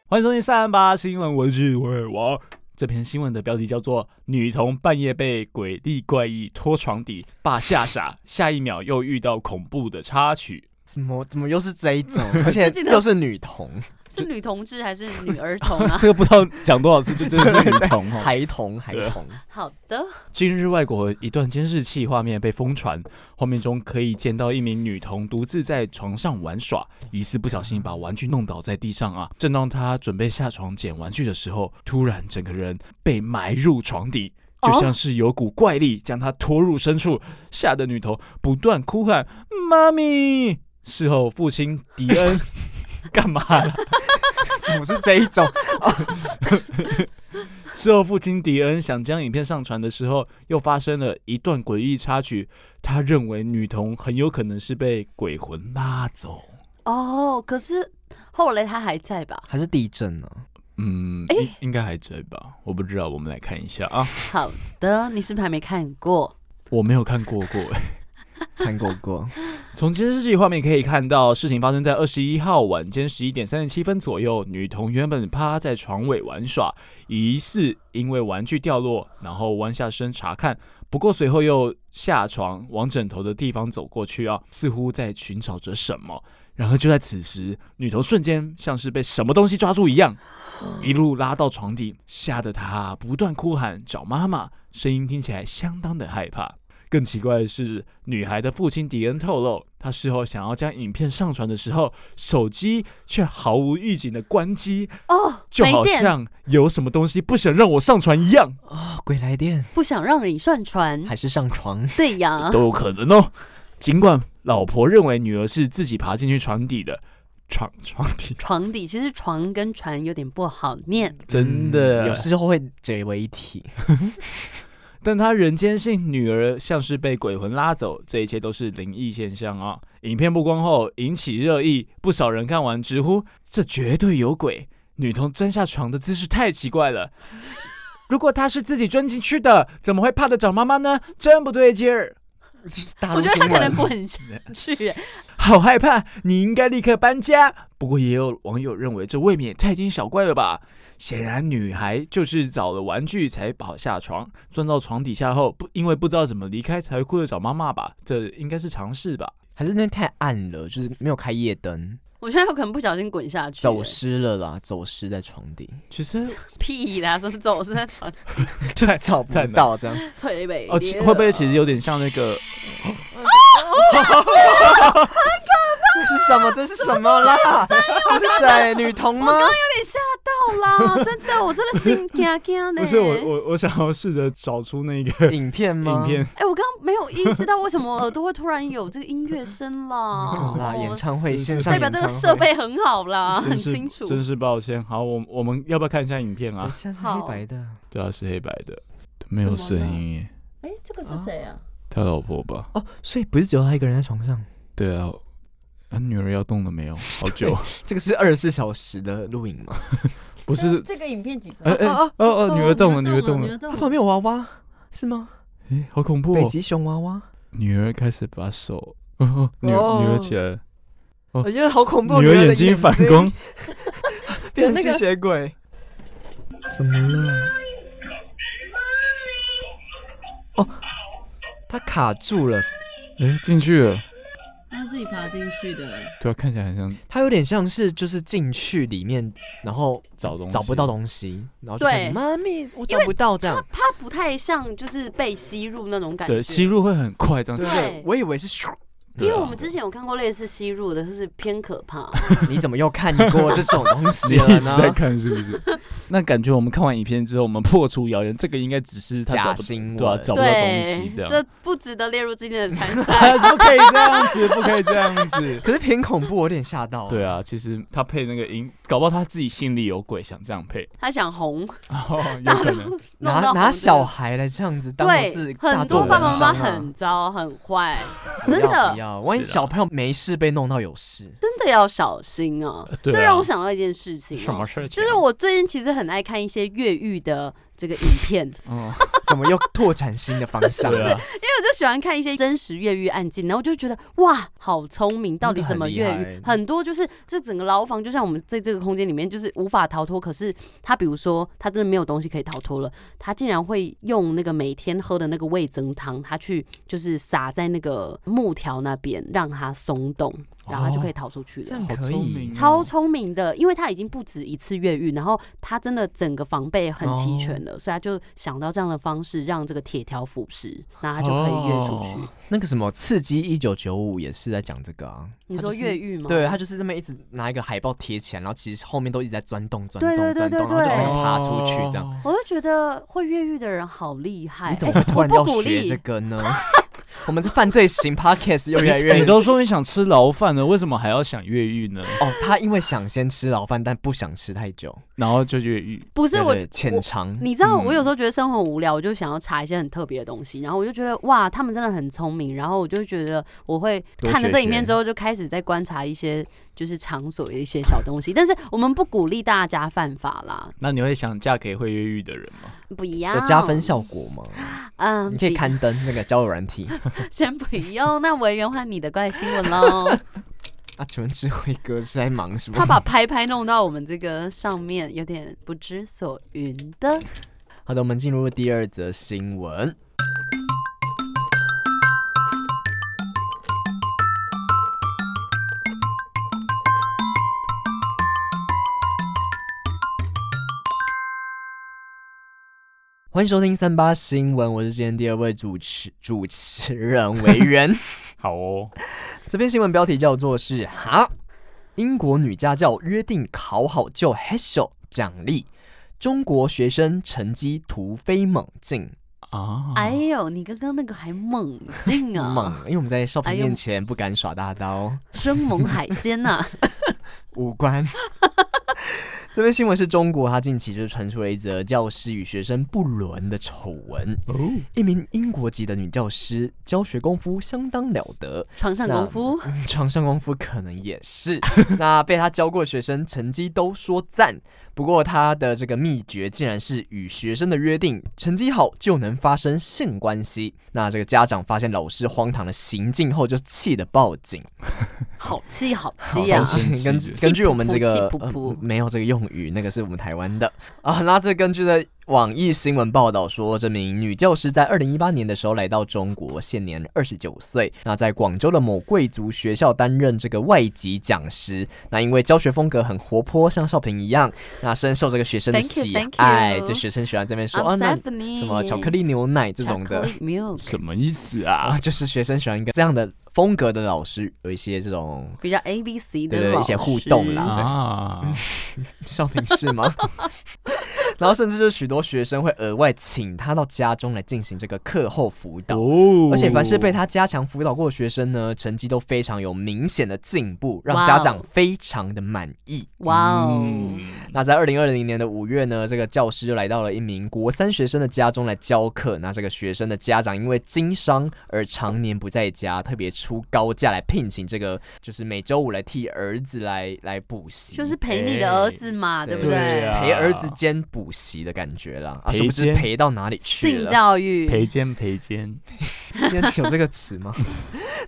Speaker 1: 欢迎收听三八新闻，我是魏王。这篇新闻的标题叫做《女童半夜被鬼力怪异拖床底爸吓傻，下一秒又遇到恐怖的插曲。？
Speaker 2: 怎么怎么又是这一 种，而且
Speaker 3: 己的
Speaker 2: 又是女童、
Speaker 3: 是女同志还是女儿童》啊
Speaker 1: 这个不知道讲多少次，就真的是女童 哦。
Speaker 2: 孩童、孩
Speaker 1: 对啊
Speaker 2: 童，
Speaker 3: 好的，
Speaker 1: 近日，外国一段监视器画面被疯传，画面中可以见到一名女童独自在床上玩耍，疑似不小心把玩具弄倒在地上啊。正当她准备下床捡玩具的时候，突然整个人被埋入床底。
Speaker 3: 哦
Speaker 1: 就像是有股怪力将她拖入深处，吓得女童不断哭喊“妈咪”。事后，父亲迪恩 干嘛啦？
Speaker 2: 怎么是这一种？
Speaker 1: 事后，父亲迪恩想将影片上传的时候，又发生了一段诡异插曲。他认为女童很有可能是被鬼魂拉走。
Speaker 3: 哦，可是后来他还在吧？
Speaker 2: 还是地震呢、
Speaker 1: 嗯，
Speaker 3: 哎
Speaker 1: 应应该还在吧？我不知道，我们来看一下啊。
Speaker 3: 好的，你是不是还没看过？
Speaker 1: 我没有看过过、
Speaker 2: 看过过，
Speaker 1: 从监视器画面可以看到，事情发生在二十一号晚间十一点三十七分左右。女童原本趴在床尾玩耍，疑似因为玩具掉落，然后弯下身查看。不过随后又下床往枕头的地方走过去啊，似乎在寻找着什么。然后就啊在此时，女童瞬间像是被什么东西抓住一样，一路拉到床底，吓得她不断哭喊找妈妈，声音听起来相当的害怕。更奇怪的是，女孩的父亲迪恩透露，他事后想要将影片上传的时候，手机却毫无预警的关机，
Speaker 3: 哦，
Speaker 1: 就
Speaker 3: 没
Speaker 1: 好
Speaker 3: 电，
Speaker 1: 像有什么东西不想让我上传一样，
Speaker 2: 啊鬼来电
Speaker 3: 不想让你上传。
Speaker 2: 还是上床？
Speaker 3: 对呀，
Speaker 1: 都有可能哦。尽管老婆认为女儿是自己爬进去床底的，床床底
Speaker 3: 床底其实床跟船有点不好念。
Speaker 1: 真
Speaker 2: 嗯
Speaker 1: 的
Speaker 2: 有，时候会结为一体。
Speaker 1: 但他仍坚信女儿像是被鬼魂拉走，这一切都是灵异现象啊。影片曝光后引起热议，不少人看完直呼这绝对有鬼，女童钻下床的姿势太奇怪了。 如果她是自己钻进去的，怎么会怕的找妈妈呢？真不对劲儿，
Speaker 2: 大
Speaker 3: 我
Speaker 2: 陆
Speaker 3: 觉得
Speaker 2: 新
Speaker 3: 他可
Speaker 2: 闻
Speaker 3: 能滚下去。
Speaker 1: 好害怕！你应该立刻搬家。不过也有网友认为这未免太惊小怪了吧？显然女孩就是找了玩具才跑下床，钻到床底下后，不因为不知道怎么离开才会哭着找妈妈吧？这应该是常事吧？
Speaker 2: 还是那天太暗了，就是没有开夜灯，
Speaker 3: 我觉得有可能不小心滚下去、
Speaker 2: 走失了啦，走失在床 底，
Speaker 1: 其实
Speaker 3: 屁啦，什么走是在床
Speaker 2: 就是找不到这样。
Speaker 3: 推背
Speaker 1: 哦，其会不会其实有点像那个？
Speaker 2: 这是什么？这是什么啦？这是谁？女童吗？
Speaker 3: 吓道啦，真的，我真的心惊惊的。
Speaker 1: 不是我，我我想要试着找出那个
Speaker 2: 影片吗？
Speaker 1: 影片，
Speaker 3: 哎、我刚刚没有意识到为什么耳朵会突然有这个音乐声啦
Speaker 2: 好。啦，
Speaker 3: 哦
Speaker 2: 演唱会
Speaker 1: 是
Speaker 2: 线
Speaker 1: 是
Speaker 2: 上
Speaker 3: 代
Speaker 2: 演
Speaker 3: 表
Speaker 2: 唱
Speaker 3: 这
Speaker 2: 会
Speaker 3: 个设。备很好啦，啊很
Speaker 1: 真是
Speaker 3: 清楚。
Speaker 1: 真是抱歉。好，我我们要不要看一下影片
Speaker 2: 等一
Speaker 1: 啊？
Speaker 2: 下是
Speaker 3: 好
Speaker 2: 黑白的，
Speaker 1: 对啊，是黑白的，没有
Speaker 3: 什
Speaker 1: 声
Speaker 3: 么呢
Speaker 1: 音耶，
Speaker 3: 哎、这个是谁啊？
Speaker 1: 他老婆吧？
Speaker 2: 哦，所以不是只有他一个人在床上，
Speaker 1: 对啊，他女儿要动了没有？好久，
Speaker 2: 这个是二十四小时的录影 吗？
Speaker 1: 不是？
Speaker 3: 这个影片几
Speaker 1: 哎
Speaker 3: 分
Speaker 1: 哎
Speaker 2: 啊
Speaker 1: 哦
Speaker 2: 啊
Speaker 1: 哦，女儿动了，女儿动
Speaker 3: 女
Speaker 1: 了
Speaker 3: 儿，动
Speaker 2: 他
Speaker 3: 了
Speaker 2: 旁边有娃娃是吗？
Speaker 1: 哎，好恐怖
Speaker 2: 北
Speaker 1: 哦！
Speaker 2: 极熊娃 娃，
Speaker 1: 女儿开始把手， 哦，女女
Speaker 2: 哦
Speaker 1: 儿起来了，哦
Speaker 2: 我觉哎得好恐怖。
Speaker 1: 女
Speaker 2: 儿
Speaker 1: 儿
Speaker 2: 的
Speaker 1: 眼睛反
Speaker 2: 睛
Speaker 1: 光，
Speaker 2: 变成
Speaker 3: 那个
Speaker 2: 吸血鬼，怎么了？哦，他卡住了，
Speaker 1: 哎，进去了，
Speaker 3: 他自己爬进去的。
Speaker 1: 对啊，看起来很像
Speaker 2: 他有点像是就是进去里面，然后
Speaker 1: 找东西，
Speaker 2: 找不到东西，然后就开始
Speaker 3: 对
Speaker 2: 妈咪，我找不到这样。
Speaker 3: 它不太像就是被吸入那种感觉。
Speaker 1: 对，吸入会很快，这样
Speaker 2: 对
Speaker 3: 对
Speaker 2: 对，我以为是咻，
Speaker 3: 因
Speaker 1: 对
Speaker 3: 为
Speaker 1: 啊
Speaker 3: 我们之前有看过类似吸入的，就是 偏可怕。
Speaker 2: 啊你怎么又看过这种东
Speaker 1: 你
Speaker 2: 西
Speaker 1: 一
Speaker 2: 了
Speaker 1: 直在
Speaker 3: 啊
Speaker 2: 呢？
Speaker 1: 看是不 是？那感觉我们看完影片之后，我们破除谣言，这个应该只是他找
Speaker 2: 假
Speaker 1: 不
Speaker 2: 新
Speaker 1: 对啊，
Speaker 2: 闻，
Speaker 1: 找不到东西
Speaker 3: 对，
Speaker 1: 这样。
Speaker 3: 不值得列入今天的参赛。
Speaker 1: 啊，不可以这样子，不可以这样子。
Speaker 2: 可是偏恐怖，我有点吓到、
Speaker 1: 对，啊，其实他配那个音，搞不好他自己心里有鬼，想这样配，
Speaker 3: 他想红，
Speaker 1: 哦，有可能。
Speaker 3: 弄到
Speaker 2: 拿
Speaker 3: 红
Speaker 2: 拿
Speaker 3: 的
Speaker 2: 小孩来这样子当做自
Speaker 3: 对
Speaker 2: 己，大
Speaker 3: 很多
Speaker 2: 做
Speaker 1: 人
Speaker 3: 爸爸
Speaker 2: 文
Speaker 3: 妈
Speaker 2: 章
Speaker 3: 妈
Speaker 2: 啊
Speaker 3: 很糟很坏，
Speaker 2: 不
Speaker 3: 真
Speaker 2: 要不
Speaker 3: 的
Speaker 2: 要，万一
Speaker 1: 是啊
Speaker 2: 小朋友没事被弄到有事，
Speaker 3: 真的要小心哦
Speaker 1: 呃。对啊
Speaker 3: 这让我想到一件事情
Speaker 1: 什么
Speaker 3: 哦，
Speaker 1: 事情？啊
Speaker 3: 就是我最近其实很爱看一些越狱的这个影片，
Speaker 1: 哦，
Speaker 2: 嗯怎么又拓展新的方向
Speaker 1: 对啊？，
Speaker 2: 了
Speaker 3: 因为我就喜欢看一些真实越狱案件，然后我就觉得哇，好聪明，到底怎么越
Speaker 2: 真的很厉
Speaker 3: 狱？
Speaker 2: 害
Speaker 3: 很多就是这整个牢房，就像我们在这个空间里面，就是无法逃脱。可是他比如说，他真的没有东西可以逃脱了，他竟然会用那个每天喝的那个味增汤，他去就是撒在那个木条那边，让它松动，然后他就可以逃出去
Speaker 2: 哦这
Speaker 3: 了。
Speaker 2: 样
Speaker 1: 好
Speaker 2: 可
Speaker 1: 聪明
Speaker 2: 以
Speaker 1: 哦，
Speaker 3: 超聪明的，因为他已经不止一次越狱，然后他真的整个防备很齐全
Speaker 2: 哦
Speaker 3: 了，所以他就想到这样的方式，让这个铁条腐蚀，那他就可以越出去。
Speaker 1: 哦
Speaker 2: 那个什么《刺激一九九五》也是在讲这个啊。
Speaker 3: 你说
Speaker 2: 他就是
Speaker 3: 越狱吗？
Speaker 2: 对，他就是这么一直拿一个海报贴起来，然后其实后面都一直在钻洞、钻
Speaker 3: 对
Speaker 2: 洞、
Speaker 3: 对
Speaker 2: 钻
Speaker 3: 对
Speaker 2: 洞，然
Speaker 3: 对
Speaker 2: 后就整
Speaker 3: 对
Speaker 2: 个爬出去这
Speaker 1: 哦
Speaker 2: 样。。
Speaker 3: 我就觉得会越狱的人好厉害。
Speaker 2: 你怎么会
Speaker 3: 哎
Speaker 2: 突然
Speaker 3: 我
Speaker 2: 要
Speaker 3: 不鼓
Speaker 2: 学
Speaker 3: 励
Speaker 2: 这个呢？我们这犯罪型 podcast 又越 来
Speaker 1: 哎你
Speaker 2: 越……
Speaker 1: 都说你想吃牢饭了，为什么还要想越狱 呢？
Speaker 2: 哦，他因为想先吃牢饭，但不想吃太久，
Speaker 1: 然后就越狱，
Speaker 3: 不是
Speaker 2: 对
Speaker 3: 我
Speaker 2: 对，浅尝。
Speaker 3: 你知道，
Speaker 2: 嗯
Speaker 3: 我有时候觉得生活很无聊，我就想要查一些很特别的东西，然后我就觉得哇，他们真的很聪明，然后我就觉得我会
Speaker 2: 多
Speaker 3: 看了
Speaker 2: 学
Speaker 3: 这影片
Speaker 2: 学
Speaker 3: 之后，就开始在观察一些就是场所的一些小东西，但是我们不鼓励大家犯法啦，
Speaker 1: 那你会想嫁给会越狱的人吗？
Speaker 3: 不一样，
Speaker 2: 有加分，效果吗？
Speaker 3: 啊嗯，
Speaker 2: 你可以
Speaker 3: 不一，
Speaker 2: 刊登那个交友软体
Speaker 3: 先不用，那委员换你的怪新闻喽，
Speaker 2: 啊。请问智慧哥是在忙什么？
Speaker 3: 他把拍拍弄到我们这个上面，有点不知所云的，
Speaker 2: 哦好的，我们进入第二则新闻。欢迎收听三八新闻，我是今天第二位主持主持人维园。
Speaker 1: 好哦，
Speaker 2: 这篇新闻标题叫做是“哈，英国女家教约定考好就 h e s h 奖励，中国学生成绩突飞猛进”。
Speaker 1: 啊，
Speaker 3: 哎呦，你刚刚那个还猛进啊，
Speaker 2: 猛，因为我们在少平
Speaker 3: 哎呦
Speaker 2: 面前不敢耍大刀，
Speaker 3: 生猛海鲜啊呐、
Speaker 2: 五官。这篇新闻是中国，它近期就传出了一则教师与学生不伦的丑闻。
Speaker 1: 哦，
Speaker 2: 一名英国籍的女教师，教学功夫相当了得，
Speaker 3: 床上
Speaker 2: 那
Speaker 3: 功夫。
Speaker 2: 床上功夫可能也是。 那被他教过的学生成绩都说赞，不过他的这个秘诀竟然是与学生的约定，成绩好就能发生性关系。那这个家长发现老师荒唐的行径后，就气得报警。
Speaker 3: 好气好
Speaker 1: 好
Speaker 3: 气呀、啊
Speaker 1: 气生气
Speaker 2: 根
Speaker 1: 气
Speaker 2: 根据我们这个
Speaker 3: 噗噗气噗噗
Speaker 2: 呃没有这个用语，那个是我们台湾的啊。 那这根据的网易新闻报道说，这名女教师在二零一八年的时候来到中国，现年二十九岁。那在广州的某贵族学校担任这个外籍讲师。那因为教学风格很活泼，像少平一样，那深受这个学生的
Speaker 3: Thank you,
Speaker 2: 喜
Speaker 3: thank you
Speaker 2: 爱。这学生喜欢这边说啊，
Speaker 3: I'm
Speaker 2: 那
Speaker 3: Stephanie
Speaker 2: 什么巧克力牛奶这种的
Speaker 3: Chocolate milk，
Speaker 1: 什么意思啊？
Speaker 2: 啊，就是学生喜欢一个这样的风格的老师有一些这种
Speaker 3: 比较 A B C
Speaker 2: 对
Speaker 3: 的
Speaker 2: 对对
Speaker 3: 老
Speaker 2: 一些互
Speaker 3: 师
Speaker 2: 动啦
Speaker 1: 啊，
Speaker 2: 少平是吗？ 然后甚至就是许多学生会额外请他到家中来进行这个课后辅导。
Speaker 1: 哦
Speaker 2: 而且凡是被他加强辅导过的学生呢，成绩都非常有明显的进步，让家长非常的满意。
Speaker 3: 哇哦，
Speaker 1: 嗯
Speaker 2: 那在二零二零年的五月呢，这个教师就来到了一名国三学生的家中来教课。那这个学生的家长因为经商而常年不在家，特别出高价来聘请这个，就是每周五来替儿子来来补习，
Speaker 3: 就是陪你的儿子嘛，
Speaker 2: 对
Speaker 3: 对不
Speaker 1: 对
Speaker 3: 对
Speaker 1: 啊？
Speaker 2: 陪儿子兼补习的感觉啦，啊，
Speaker 1: 陪
Speaker 2: 殊不知
Speaker 1: 兼
Speaker 2: 陪到哪里去
Speaker 3: 性
Speaker 2: 了？
Speaker 3: 教育，
Speaker 1: 陪肩陪肩，
Speaker 2: 今天 有这个词吗？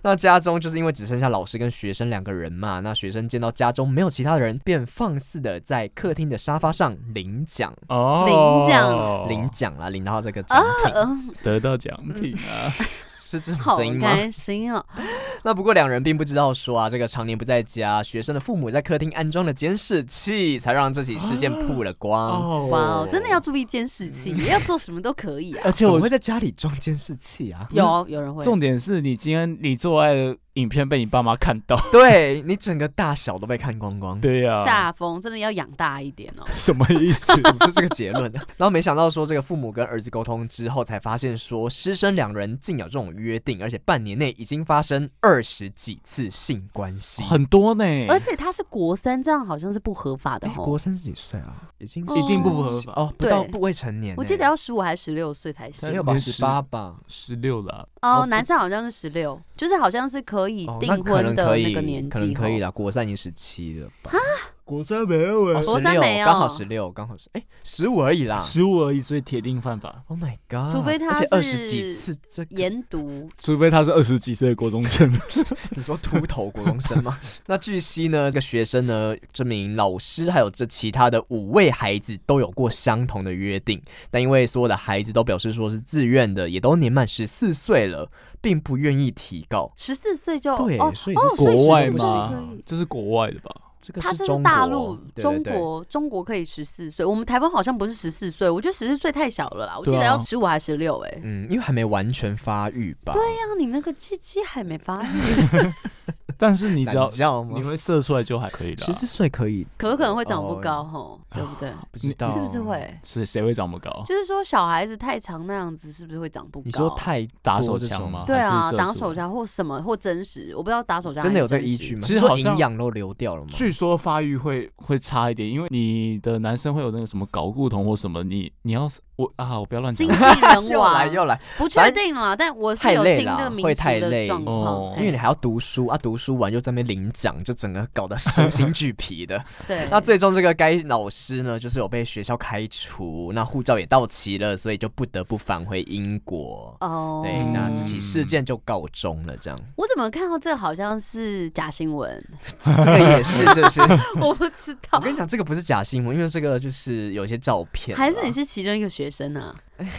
Speaker 2: 那家中就是因为只剩下老师跟学生两个人嘛，那学生见到家中没有其他人，便放肆的在客厅的沙发上领奖，
Speaker 1: 哦，
Speaker 3: 领奖
Speaker 2: 领奖啦，领到这个奖品，
Speaker 3: 嗯，
Speaker 1: 得到奖品 啊，
Speaker 2: 是这种
Speaker 3: 好
Speaker 2: 声音吗？
Speaker 3: 开心哦！
Speaker 2: 那不过两人并不知道说啊，这个常年不在家，学生的父母在客厅安装了监视器，才让这起事件曝了光。
Speaker 3: 哇哦，真的要注意监视
Speaker 2: 嗯
Speaker 3: 器，要做什么都可 以啊。
Speaker 1: 而且
Speaker 2: 怎么
Speaker 1: 我
Speaker 2: 会在家里装监视器 啊？
Speaker 3: 有有人会，
Speaker 1: 重点是你今天你做爱的影片被你爸妈看到，
Speaker 2: 对你整个大小都被看光光。
Speaker 1: 对啊呀、
Speaker 3: 下风真的要养大一 点哦。
Speaker 1: 什么意思？
Speaker 2: 是这个结论的。啊然后没想到说，这个父母跟儿子沟通之后，才发现说师生两人竟有这种约定，而且半年内已经发生二十几次性关系。
Speaker 1: 很多呢，
Speaker 3: 而且他是国三，这样好像是不合法的
Speaker 2: 啊哎，
Speaker 3: 哦
Speaker 2: 国。三十几岁啊，已经
Speaker 3: 哦
Speaker 1: 一定不合法
Speaker 2: 哦，不到
Speaker 3: 对
Speaker 2: 不未成年欸，
Speaker 3: 我记得要十五还是十六岁才行
Speaker 2: 没有吧，十八吧。
Speaker 1: 十六了，
Speaker 2: 哦
Speaker 3: 哦，
Speaker 2: 不
Speaker 3: 男生好像是十六，就是好像是可以
Speaker 2: 哦，
Speaker 3: 订
Speaker 2: 那可
Speaker 3: 婚
Speaker 2: 能
Speaker 3: 的
Speaker 2: 可
Speaker 3: 那
Speaker 2: 以
Speaker 3: 个年，
Speaker 2: 可能
Speaker 3: 纪，
Speaker 2: 可以啦。国三已经十七了吧？
Speaker 1: 国三没欸有
Speaker 2: 哦
Speaker 3: 国
Speaker 2: 16
Speaker 3: 三没有
Speaker 2: 刚好十六，刚好是哎十五而已
Speaker 3: 啊
Speaker 2: 啦。
Speaker 1: 十五而已，所以铁定犯法，
Speaker 2: Oh my god！
Speaker 3: 除非他
Speaker 2: 而且二十
Speaker 3: 是
Speaker 2: 几次这个
Speaker 3: 研读
Speaker 1: 除非他是二十几岁的国中生。
Speaker 2: 你说秃头国中生 吗？那据悉呢，这个学生呢，这名老师还有这其他的五位孩子都有过相同的约定，但因为所有的孩子都表示说是自愿的，也都年满十四岁了，并不愿意提告。
Speaker 3: 十四岁就
Speaker 2: 对
Speaker 3: 哦，
Speaker 2: 所以
Speaker 3: 哦
Speaker 2: 是
Speaker 3: 所以
Speaker 1: 国外
Speaker 3: 14岁
Speaker 1: 吗
Speaker 3: 可 以
Speaker 1: 这是国外的吧？
Speaker 2: 这个
Speaker 3: 他这
Speaker 2: 中
Speaker 3: 是
Speaker 2: 国
Speaker 3: 大陆，
Speaker 2: 对
Speaker 3: 中
Speaker 2: 对对
Speaker 3: 国中国可以十四岁，我们台湾好像不是十四岁，我觉得十四岁太小了啦，我记
Speaker 1: 对
Speaker 3: 得
Speaker 1: 啊
Speaker 3: 要十五还是十六哎。
Speaker 2: 嗯，因为还没完全发育吧？对呀、
Speaker 3: 那你那个鸡鸡还没发育，
Speaker 1: 但是你
Speaker 2: 你
Speaker 1: 只要
Speaker 2: 道
Speaker 1: 你
Speaker 2: 吗？
Speaker 1: 会射出来就还可以的
Speaker 2: 十。四岁可以，
Speaker 3: 可可能会长不
Speaker 2: 哦
Speaker 3: 高吼，对不对？
Speaker 2: 不知道
Speaker 3: 是不是？会？
Speaker 1: 是谁会长不高？
Speaker 3: 就是说小孩子太长那样子，是不是会长不高？
Speaker 2: 哦你说太
Speaker 1: 打
Speaker 2: 多
Speaker 1: 手
Speaker 2: 这
Speaker 1: 枪
Speaker 2: 种
Speaker 1: 吗？
Speaker 3: 对
Speaker 1: 还
Speaker 3: 啊
Speaker 1: 是射，
Speaker 3: 打
Speaker 1: 出
Speaker 3: 手
Speaker 1: 来。
Speaker 3: 枪或什么或真实，我不知道打手枪
Speaker 2: 真的有
Speaker 3: 还
Speaker 2: 这
Speaker 3: 是
Speaker 2: 个
Speaker 3: 真
Speaker 2: 依
Speaker 3: 实
Speaker 2: 据吗？
Speaker 1: 其实
Speaker 2: 是说
Speaker 1: 好像
Speaker 2: 营养都流掉了吗？
Speaker 1: 据说发育会会差一点，因为你的男生会有那个什么睾固酮或什么，你你要是我啊，我不要乱讲
Speaker 3: 经。济人
Speaker 2: 又来
Speaker 3: 亡，
Speaker 2: 又来，
Speaker 3: 不确定啦，但我是
Speaker 2: 太
Speaker 3: 有
Speaker 2: 累
Speaker 3: 听
Speaker 2: 啦
Speaker 3: 这个民
Speaker 2: 会
Speaker 3: 俗
Speaker 2: 太
Speaker 3: 的
Speaker 2: 累
Speaker 3: 状况
Speaker 1: 哦，
Speaker 3: 哎
Speaker 2: 因为你还要读书啊，读书完又在那边领奖，就整个搞得身心俱 疲的。
Speaker 3: 对，
Speaker 2: 那最终这个该老师呢，就是有被学校开除，那护照也到期了，所以就不得不返回英国。
Speaker 3: 哦，
Speaker 2: 对，那这起事件就告终了，这 样。
Speaker 3: 我怎么看到这好像是假新 闻？
Speaker 2: 这这个也是，是不是？
Speaker 3: 我不知
Speaker 2: 我
Speaker 3: 道，
Speaker 2: 跟你讲，这个不是假新闻，因为这个就是有一些照片啦。
Speaker 3: 还是你是其中一个学生啊？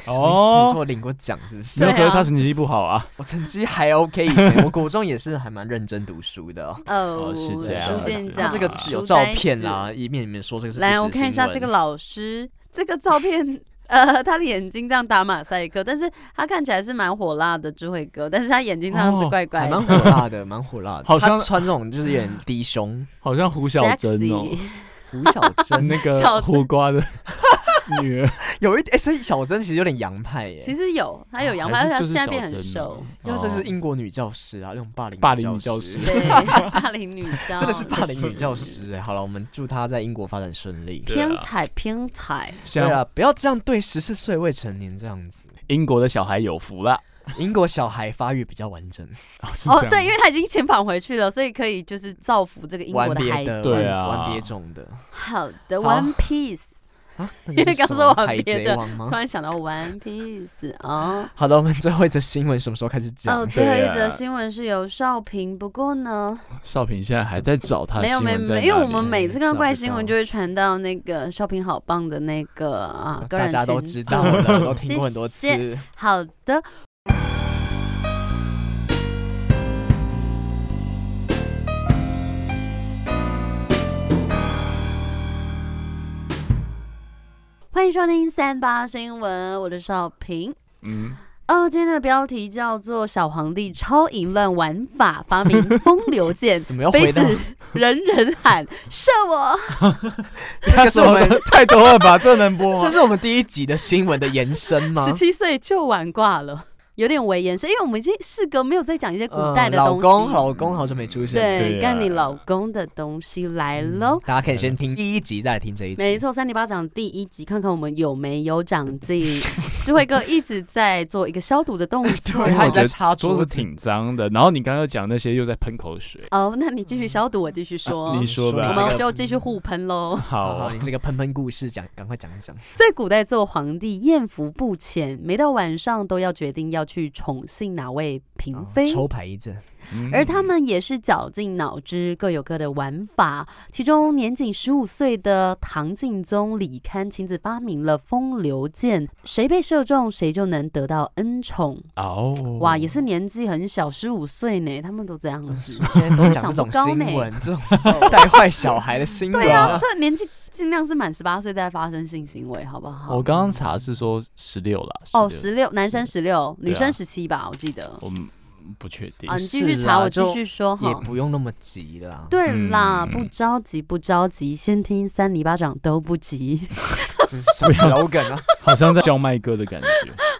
Speaker 2: 哦，错领过奖是不是
Speaker 1: 没？有，
Speaker 3: 对啊
Speaker 1: 可是他成绩不好啊。
Speaker 2: 我成绩还 OK，以前我 国中也是还蛮认真读书的、哦。
Speaker 3: 哦
Speaker 1: 是这样
Speaker 3: 书卷
Speaker 1: 子
Speaker 2: 他
Speaker 3: 奖，
Speaker 2: 这个
Speaker 3: 书
Speaker 2: 有照
Speaker 3: 呆
Speaker 2: 片啊
Speaker 3: 子
Speaker 2: 啦，以免你们说这个是不
Speaker 3: 来，
Speaker 2: 实
Speaker 3: 我看一下
Speaker 2: 新闻
Speaker 3: 这个老师，这个照片，呃，他的眼睛这样打马赛克，但是他看起来是蛮火辣的智慧哥，但是他眼睛这样子
Speaker 1: 哦
Speaker 3: 怪
Speaker 2: 还
Speaker 3: 怪的。
Speaker 2: 蛮火辣的，蛮火辣的。
Speaker 1: 好像
Speaker 2: 他穿这种就是有点低 胸，
Speaker 1: 好像胡小珍哦
Speaker 3: sexy，，
Speaker 2: 胡小珍
Speaker 1: 那
Speaker 3: 小
Speaker 1: 个
Speaker 3: 珍
Speaker 1: 胡瓜 的女儿，
Speaker 2: 有一点，哎所以小珍其实有点洋派耶。
Speaker 3: 其实有，他有羊
Speaker 1: 啊还
Speaker 3: 排，
Speaker 1: 是
Speaker 3: 但是他
Speaker 1: 就是
Speaker 3: 现在
Speaker 1: 小
Speaker 3: 变很
Speaker 1: 珍
Speaker 3: 瘦
Speaker 1: 哦。
Speaker 2: 因为这是英国女教师啊，那种霸凌
Speaker 1: 霸凌女
Speaker 2: 教
Speaker 1: 教
Speaker 2: 师
Speaker 1: 师，
Speaker 3: 对，霸凌女教
Speaker 2: 真的是霸凌女教师哎。好了，我们祝她在英国发展顺利。
Speaker 1: 对
Speaker 3: 偏
Speaker 1: 啊
Speaker 3: 袒偏袒。
Speaker 2: 对
Speaker 1: 现在
Speaker 2: 啊，不要这样对十四岁未成年这样子。
Speaker 1: 英国的小孩有福了。
Speaker 2: 英国小孩发育比较完整，
Speaker 1: 是
Speaker 3: 哦
Speaker 1: 这，样
Speaker 3: 对，因为他已经遣返回去了，所以可以就是造福这个英
Speaker 2: 玩
Speaker 3: 国
Speaker 2: 别
Speaker 3: 孩子。
Speaker 2: 的，
Speaker 1: 对
Speaker 2: 玩
Speaker 1: 啊
Speaker 2: 玩别种 的
Speaker 3: 好的
Speaker 2: 好
Speaker 3: ，One Piece。
Speaker 2: 啊。因
Speaker 3: 因为刚说玩
Speaker 2: 海
Speaker 3: 别
Speaker 2: 贼
Speaker 3: 的
Speaker 2: 王
Speaker 3: 突
Speaker 2: 吗？
Speaker 3: 然想到 One Piece 哦。
Speaker 2: 好的，我们最后一则新闻什么时候开始
Speaker 3: 哦，
Speaker 2: 讲？
Speaker 3: 最后
Speaker 1: 对
Speaker 3: 一则
Speaker 1: 啊
Speaker 3: 新闻是由少平，不过呢，
Speaker 1: 少平现在还在找他的
Speaker 3: 没有
Speaker 1: 新
Speaker 3: 没
Speaker 1: 闻
Speaker 3: 有
Speaker 1: 在
Speaker 3: 没有，
Speaker 1: 哪
Speaker 3: 因为我
Speaker 1: 里
Speaker 3: 们每次看
Speaker 2: 找
Speaker 3: 到
Speaker 2: 不
Speaker 3: 怪新闻
Speaker 2: 到
Speaker 3: 就会传到那个少平好棒的那个啊，个
Speaker 2: 大
Speaker 3: 人
Speaker 2: 家都
Speaker 3: 群
Speaker 2: 知
Speaker 3: 组
Speaker 2: 道了，都听
Speaker 3: 谢
Speaker 2: 过很多次，
Speaker 3: 谢。 好的。欢迎收听三八新闻，我是少平。
Speaker 1: 嗯，
Speaker 3: 哦，今天的标题叫做“小皇帝超淫乱玩法发明风流剑
Speaker 2: 怎么又
Speaker 3: 妃
Speaker 2: 回到
Speaker 3: 子人人喊射我
Speaker 1: 他
Speaker 2: 是我们
Speaker 1: 啊说 太多了吧？这能播
Speaker 2: 这
Speaker 1: 吗？
Speaker 2: 是我们第一集的新闻的延伸”，吗
Speaker 3: 十？七岁就玩挂了， 有点危言是因为我们已经事隔没有再讲一些古代
Speaker 2: 嗯
Speaker 3: 的
Speaker 2: 老
Speaker 3: 东西，
Speaker 2: 公，老公好久没出现，
Speaker 1: 对
Speaker 3: 对，
Speaker 1: 啊
Speaker 3: 干你老公的东西来喽。
Speaker 2: 大家可以先听第一集，再来听这嗯一
Speaker 3: 没
Speaker 2: 集。
Speaker 3: 错，三里八掌第一集，看看我们有没有长进。智慧哥一直在做一个消毒的动作。
Speaker 1: 因
Speaker 2: 对，
Speaker 1: 为
Speaker 2: 他
Speaker 1: 哎我
Speaker 2: 一
Speaker 1: 觉
Speaker 2: 直在
Speaker 1: 得
Speaker 2: 擦
Speaker 1: 桌子
Speaker 2: 子，
Speaker 1: 挺脏的，然后你刚刚讲那些又在喷口水，
Speaker 3: 哦，那你继续消毒，我继续说。
Speaker 1: 啊你说
Speaker 2: 说
Speaker 1: 吧
Speaker 3: 我
Speaker 2: 你这。
Speaker 3: 们就继续互喷喽。
Speaker 2: 好
Speaker 1: 好啊
Speaker 2: 好，，你这个喷喷故事讲，赶快讲一讲。
Speaker 3: 在古代做皇帝艳福不浅，每到晚上都要决定要去宠幸哪位嫔妃。
Speaker 2: 抽牌一阵，
Speaker 1: 嗯
Speaker 3: 而他们也是绞尽脑汁，各有各的玩法。其中年仅十五岁的唐敬宗李堪亲自发明了风流箭，谁被射中谁就能得到恩宠。
Speaker 1: 哦，
Speaker 3: 哇，也是年纪很小，十五岁呢，他们都这样 子。
Speaker 2: 现在 都讲这种新闻，这 种带坏小孩的新闻。
Speaker 3: 哦对啊，这年纪尽量是满十八岁再发生性行为，好不好？
Speaker 1: 我刚刚查哦是说十六啦，16，
Speaker 3: 哦，十六，男生十六，女
Speaker 1: 对啊哦
Speaker 3: 生十七吧，我记得。
Speaker 1: 我们不确定
Speaker 3: 啊，。你继续
Speaker 2: 是
Speaker 3: 查，
Speaker 2: 啦
Speaker 3: 我继
Speaker 2: 就
Speaker 3: 续说
Speaker 2: 也
Speaker 3: 哈。
Speaker 2: 不用那么急啦。
Speaker 3: 对啦，
Speaker 1: 嗯
Speaker 3: 不着急，不着急，先听三泥巴掌都不急。
Speaker 2: 这是什么 slogan 啊？
Speaker 1: 好像在叫卖歌的感觉。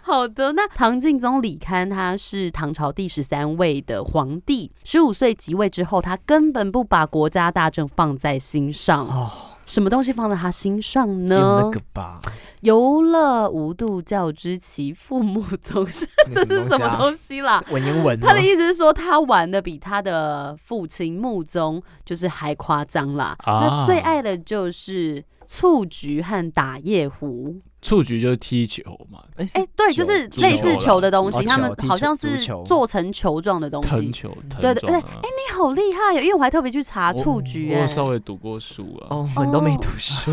Speaker 3: 好的，那唐敬宗李堪他是唐朝第十三位的皇帝，十五岁即位之后，他根本不把国家大政放在心上。
Speaker 2: 哦，
Speaker 3: 什么东西放在他心上
Speaker 2: 只有
Speaker 3: 呢
Speaker 2: 那？个吧。
Speaker 3: 游乐无度，教之其父母总是， 这是什么
Speaker 2: 西
Speaker 3: 东西啦？
Speaker 2: 啊？文言文吗。
Speaker 3: 他的意思是说，他玩的比他的父亲穆宗就是还夸张啦。
Speaker 1: 啊
Speaker 3: 那最爱的就是蹴鞠和打夜壶。
Speaker 1: 蹴鞠就是踢球嘛，
Speaker 2: 哎
Speaker 3: 哎、对，就是
Speaker 1: 足
Speaker 3: 类
Speaker 1: 球
Speaker 3: 似
Speaker 1: 啦
Speaker 3: 球的东
Speaker 1: 足
Speaker 3: 西，
Speaker 1: 球
Speaker 3: 他们
Speaker 2: 踢球
Speaker 3: 好像
Speaker 2: 足
Speaker 3: 是
Speaker 2: 球
Speaker 3: 做成球状的东西
Speaker 1: 藤。球，
Speaker 3: 对
Speaker 1: 藤撞
Speaker 3: 对
Speaker 1: 啊。
Speaker 3: 你好厉害哦，因为我还特别去查
Speaker 1: 我
Speaker 3: 蹴鞠、
Speaker 1: 我
Speaker 3: 哎
Speaker 1: 有，稍微读过书啊。
Speaker 2: 哦，我们都没读书。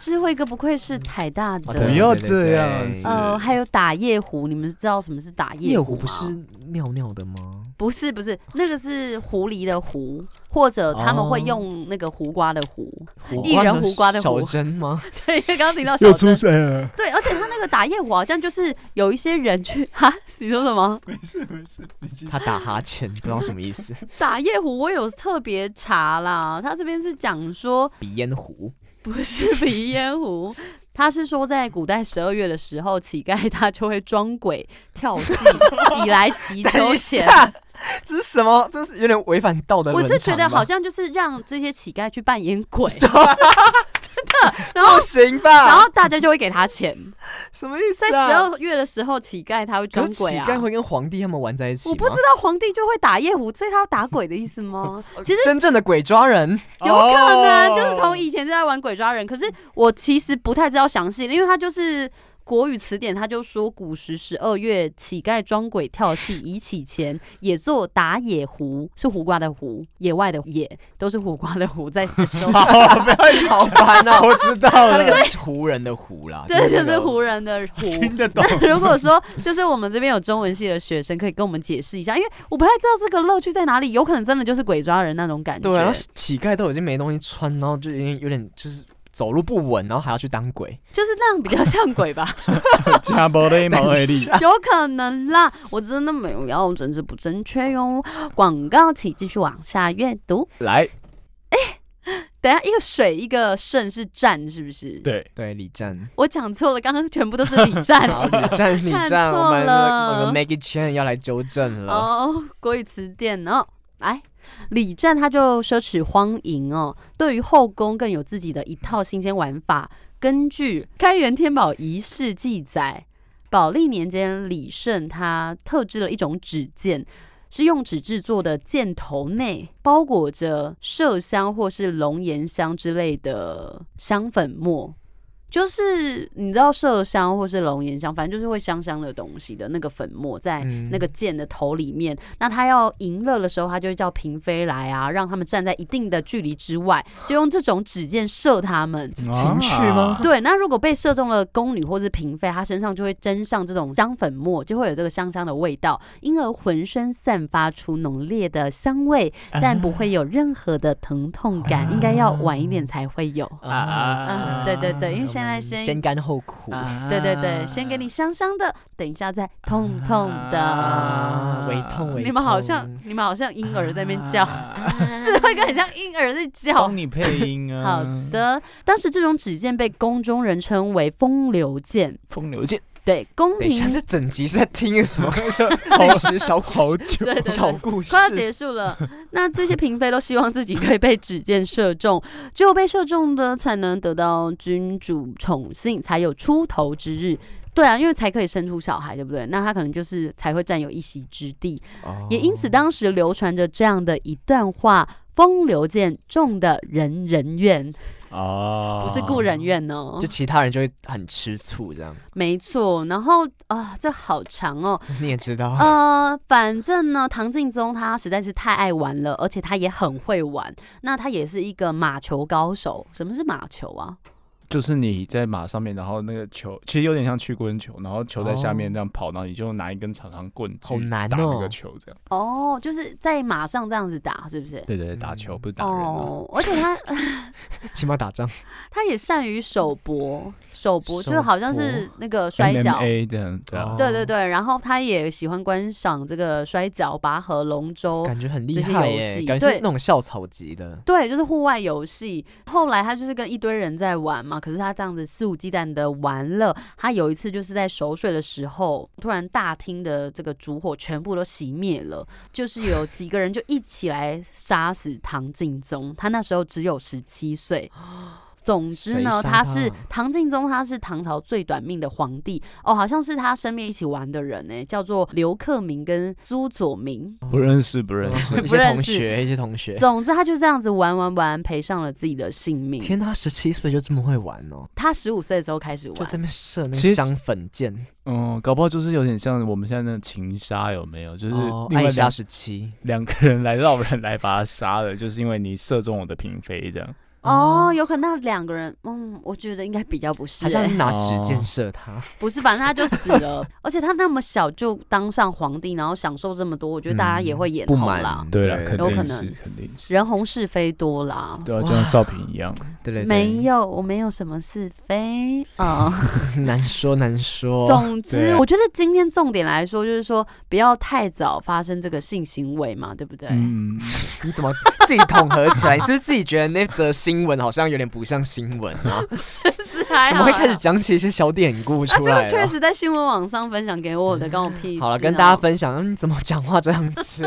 Speaker 3: 智慧哥不愧是台大
Speaker 2: 哦
Speaker 1: 不
Speaker 2: 对
Speaker 3: 的。
Speaker 1: 要
Speaker 2: 对对
Speaker 1: 这
Speaker 2: 对
Speaker 1: 样子
Speaker 3: 呃，还有打夜壶，你们知道什么是打
Speaker 2: 夜
Speaker 3: 壶
Speaker 2: 壶
Speaker 3: 吗？
Speaker 2: 不是尿尿的吗？
Speaker 3: 不是不是，那个是狐狸的狐，或者他们会
Speaker 2: 哦
Speaker 3: 用那个胡瓜的胡。
Speaker 2: 胡
Speaker 3: 一人胡瓜的
Speaker 2: 小
Speaker 3: 胡
Speaker 2: 珍 吗？
Speaker 3: 对，因为刚刚提到小珍，
Speaker 1: 现了，
Speaker 3: 对，而且他那个打夜壶好像就是有一些人去 哈，你说什么
Speaker 1: 没事没事，你继续，
Speaker 2: 他打哈欠，不知道什么意思。
Speaker 3: 打夜壶？我有特别查啦，他这边是讲说
Speaker 2: 鼻烟 壶，
Speaker 3: 不是鼻烟壶。 他是说，在古代十二月的时候，乞丐他就会装鬼跳 戏，以来祈求钱。，
Speaker 2: 这是什么？这是有点违反道德
Speaker 3: 我
Speaker 2: 伦常吧。
Speaker 3: 是觉得好像就是让这些乞丐去扮演鬼，然后
Speaker 2: 不行吧？
Speaker 3: 然后大家就会给他 钱。
Speaker 2: 什么意思
Speaker 3: 在
Speaker 2: 啊？
Speaker 3: 十二月的时候，乞丐他会
Speaker 2: 可
Speaker 3: 装
Speaker 2: 是乞
Speaker 3: 鬼啊。
Speaker 2: 丐会跟皇帝他们玩在一起吗
Speaker 3: 我不知道皇帝就会打夜壶，所以他要打鬼的意思吗？其实
Speaker 2: 真正的鬼抓 人，
Speaker 3: 有可能就是从以前就在玩鬼抓人，可是我其实不太知道详细，因为他就是。国语词典他就说，古时十二月，乞丐装鬼跳戏，以乞钱，也作打野狐，是胡瓜的胡，野外的野，都是胡瓜的胡，在此说
Speaker 1: 好，不要一直
Speaker 2: 好烦
Speaker 1: 讲，
Speaker 2: 哦。
Speaker 1: 我知道
Speaker 2: 他那
Speaker 1: 了，
Speaker 2: 个是胡人的胡啦，
Speaker 3: 这就是
Speaker 2: 那个
Speaker 3: 胡人的胡。
Speaker 1: 听得懂。
Speaker 3: 如果说就是我们这边有中文系的学生，可以跟我们解释一下，因为我不太知道这个乐趣在哪里，有可能真的就是鬼抓人那种感觉。
Speaker 2: 对啊，然后乞丐都已经没东西穿，然后就有点有点就是走路不稳，然后还要去当 鬼。
Speaker 3: 就是那样比较像鬼吧。
Speaker 1: 加波雷毛艾利，
Speaker 3: 有可能啦，我真的没有要政治不正确哟。广告请继续往下阅读。
Speaker 1: 来，
Speaker 3: 等一下，一个水，一个胜是战，是不是？，
Speaker 1: 对，
Speaker 2: 对，李战，
Speaker 3: 我讲错了，刚刚全部都是李战。
Speaker 2: 好，李战，李
Speaker 3: 看
Speaker 2: 战，
Speaker 3: 错
Speaker 2: 我们
Speaker 3: 了
Speaker 2: 我们 Maggie Chan 要来纠正了。
Speaker 3: 哦，国语词典哦，来。李湛他就奢侈荒淫哦，对于后宫更有自己的一套新鲜玩法。根据《开元天宝遗事》记载，宝历年间，李胜他特制了一种纸箭，是用纸制作的，箭头内包裹着麝香或是龙涎香之类的香粉末。就是你知道麝香或是龙涎香，反正就是会香香的东西的那个粉末在
Speaker 2: 嗯
Speaker 3: 那个箭的头里面。那他要赢了的时候，他就会叫嫔妃来啊，让他们站在一定的距离之外，就用这种纸箭射他们。
Speaker 2: 情趣吗
Speaker 1: 啊？
Speaker 3: 对，那如果被射中了宫女或是嫔妃，她身上就会沾上这种香粉末，就会有这个香香的味道，因而浑身散发出浓烈的香味，
Speaker 1: 啊
Speaker 3: 但不会有任何的疼痛感，应该要晚一点才会有。
Speaker 1: 啊
Speaker 3: 嗯，对对对，因为现在先
Speaker 2: 先甘后苦
Speaker 1: 啊
Speaker 3: 对对对，先给你香香的，等一下再痛痛的。
Speaker 2: 啊，胃痛胃痛。啊
Speaker 3: 你们好像你们好像婴儿在那边叫， 智慧哥很像婴儿在叫
Speaker 1: 帮。你配音啊。
Speaker 3: 好，的，当时这种纸剑被宫中人称为风流剑，
Speaker 1: 风流剑，
Speaker 3: 对，宫
Speaker 2: 等一下，
Speaker 3: 廷
Speaker 2: 这整集是在听什 么
Speaker 1: 好
Speaker 2: 历史小
Speaker 1: 好久
Speaker 3: 对对对
Speaker 2: 小故事？
Speaker 3: 快要结束了，那这些嫔妃都希望自己可以被纸箭射中，只有被射中的才能得到君主宠幸，才有出头之日。对啊，因为才可以生出小孩，对不对？那他可能就是才会占有一席之地。
Speaker 1: 哦
Speaker 3: 也因
Speaker 2: 哦
Speaker 3: 此，当时流传着这样的一段话：“风流剑中的人人怨，
Speaker 1: 啊
Speaker 3: 不是故人怨哦。
Speaker 2: 就其他人就会很吃 醋，这样
Speaker 3: 没错。然后啊，这好长哦。
Speaker 2: 你也知道。
Speaker 3: 呃，反正呢，唐敬宗他实在是太爱玩了，而且他也很会玩。那他也是一个马球高手。什么是马球啊？
Speaker 1: 就是你在马上面，然后那个球其实有点像曲棍球，然后球在下面这样跑，然后你就拿一根长长棍
Speaker 2: 好
Speaker 1: 去
Speaker 2: 难
Speaker 1: 打那
Speaker 2: 哦
Speaker 1: 个，球，这样。
Speaker 3: 哦，就是在马上这样子打，是不是？
Speaker 1: 对对对，
Speaker 2: 嗯
Speaker 1: 打球不是打人啊。
Speaker 3: 哦哦，而且他
Speaker 2: 起码打仗
Speaker 3: 他也善于手搏，手搏
Speaker 2: 手
Speaker 3: 就是好像是那个摔跤。
Speaker 1: MMA 这样对啊
Speaker 2: 哦。
Speaker 3: 对对对，然后他也喜欢观赏这个摔跤、拔河、龙舟。
Speaker 2: 感觉很厉
Speaker 3: 这些
Speaker 2: 害
Speaker 3: 游
Speaker 2: 耶，
Speaker 3: 戏
Speaker 2: 感觉是
Speaker 3: 对
Speaker 2: 那种校草级的。
Speaker 3: 对，就是户外游戏。后来他就是跟一堆人在玩嘛，可是他这样子肆无忌惮的玩乐。他有一次就是在熟睡的时候，突然大厅的这个烛火全部都熄灭了，就是有几个人就一起来杀死唐敬宗。他那时候只有十七岁。总之呢，
Speaker 2: 谁杀
Speaker 3: 他
Speaker 2: 他啊
Speaker 3: 是唐敬宗，他是唐朝最短命的皇帝哦，好像是他身边一起玩的人呢、欸叫做刘克明跟苏佐明。
Speaker 1: 不认识，不认识。
Speaker 2: 一
Speaker 3: 不
Speaker 2: 些
Speaker 3: 认
Speaker 2: 同
Speaker 3: 识
Speaker 2: 学，一些同学。
Speaker 3: 总之，他就这样子玩玩玩，赔上了自己的性命。
Speaker 2: 天呐，他十七岁就这么会玩哦，
Speaker 3: 他十五岁的时候开始
Speaker 2: 就
Speaker 3: 玩
Speaker 2: 在，那边射那
Speaker 1: 其
Speaker 2: 个
Speaker 1: 实
Speaker 2: 香粉箭，
Speaker 1: 嗯，搞不好就是有点像我们现在那情杀，有没有？就是
Speaker 2: 哦
Speaker 1: 另外
Speaker 2: 艾莎
Speaker 1: 两
Speaker 2: 十七，
Speaker 1: 两个人来绕人来把他杀了，就是因为你射中我的嫔妃这样。
Speaker 3: 哦，有可能那两个人，嗯，我觉得应该比较不是、
Speaker 2: 好像
Speaker 3: 欸，
Speaker 2: 拿纸
Speaker 1: 哦
Speaker 2: 箭射他，
Speaker 3: 不是，反正他就死了， 而且他那么小就当上皇帝，然后享受这么多，我觉得大家也会眼
Speaker 2: 嗯不
Speaker 3: 红啦，
Speaker 2: 满，
Speaker 1: 对了，啊肯
Speaker 3: 有可
Speaker 1: 定
Speaker 3: 能
Speaker 1: 是，肯定是。
Speaker 3: 人红是非多啦。
Speaker 1: 对啊，就像少平一样。
Speaker 2: 对对，对
Speaker 3: 没，有，我没有什么是非 啊。
Speaker 2: 难说难说。
Speaker 3: 总
Speaker 1: 对
Speaker 3: 之，
Speaker 1: 啊
Speaker 3: 我觉得今天重点来说，就是说不要太早发生这个性行为嘛，对不对？
Speaker 1: 嗯，
Speaker 2: 你怎么自己统合起来？是不 是自己觉得那则新闻好像有点不像新 闻啊？
Speaker 3: 是还
Speaker 2: 怎
Speaker 3: 好
Speaker 2: 么
Speaker 3: 啦
Speaker 2: 会开始讲起一些小典故
Speaker 3: 啊，这
Speaker 2: 出
Speaker 3: 个
Speaker 2: 来
Speaker 3: 确
Speaker 2: 了？
Speaker 3: 实在新闻网上分享给我的，关我屁事、啊
Speaker 2: 好了，跟大家，分享，嗯，怎么讲话这样 子？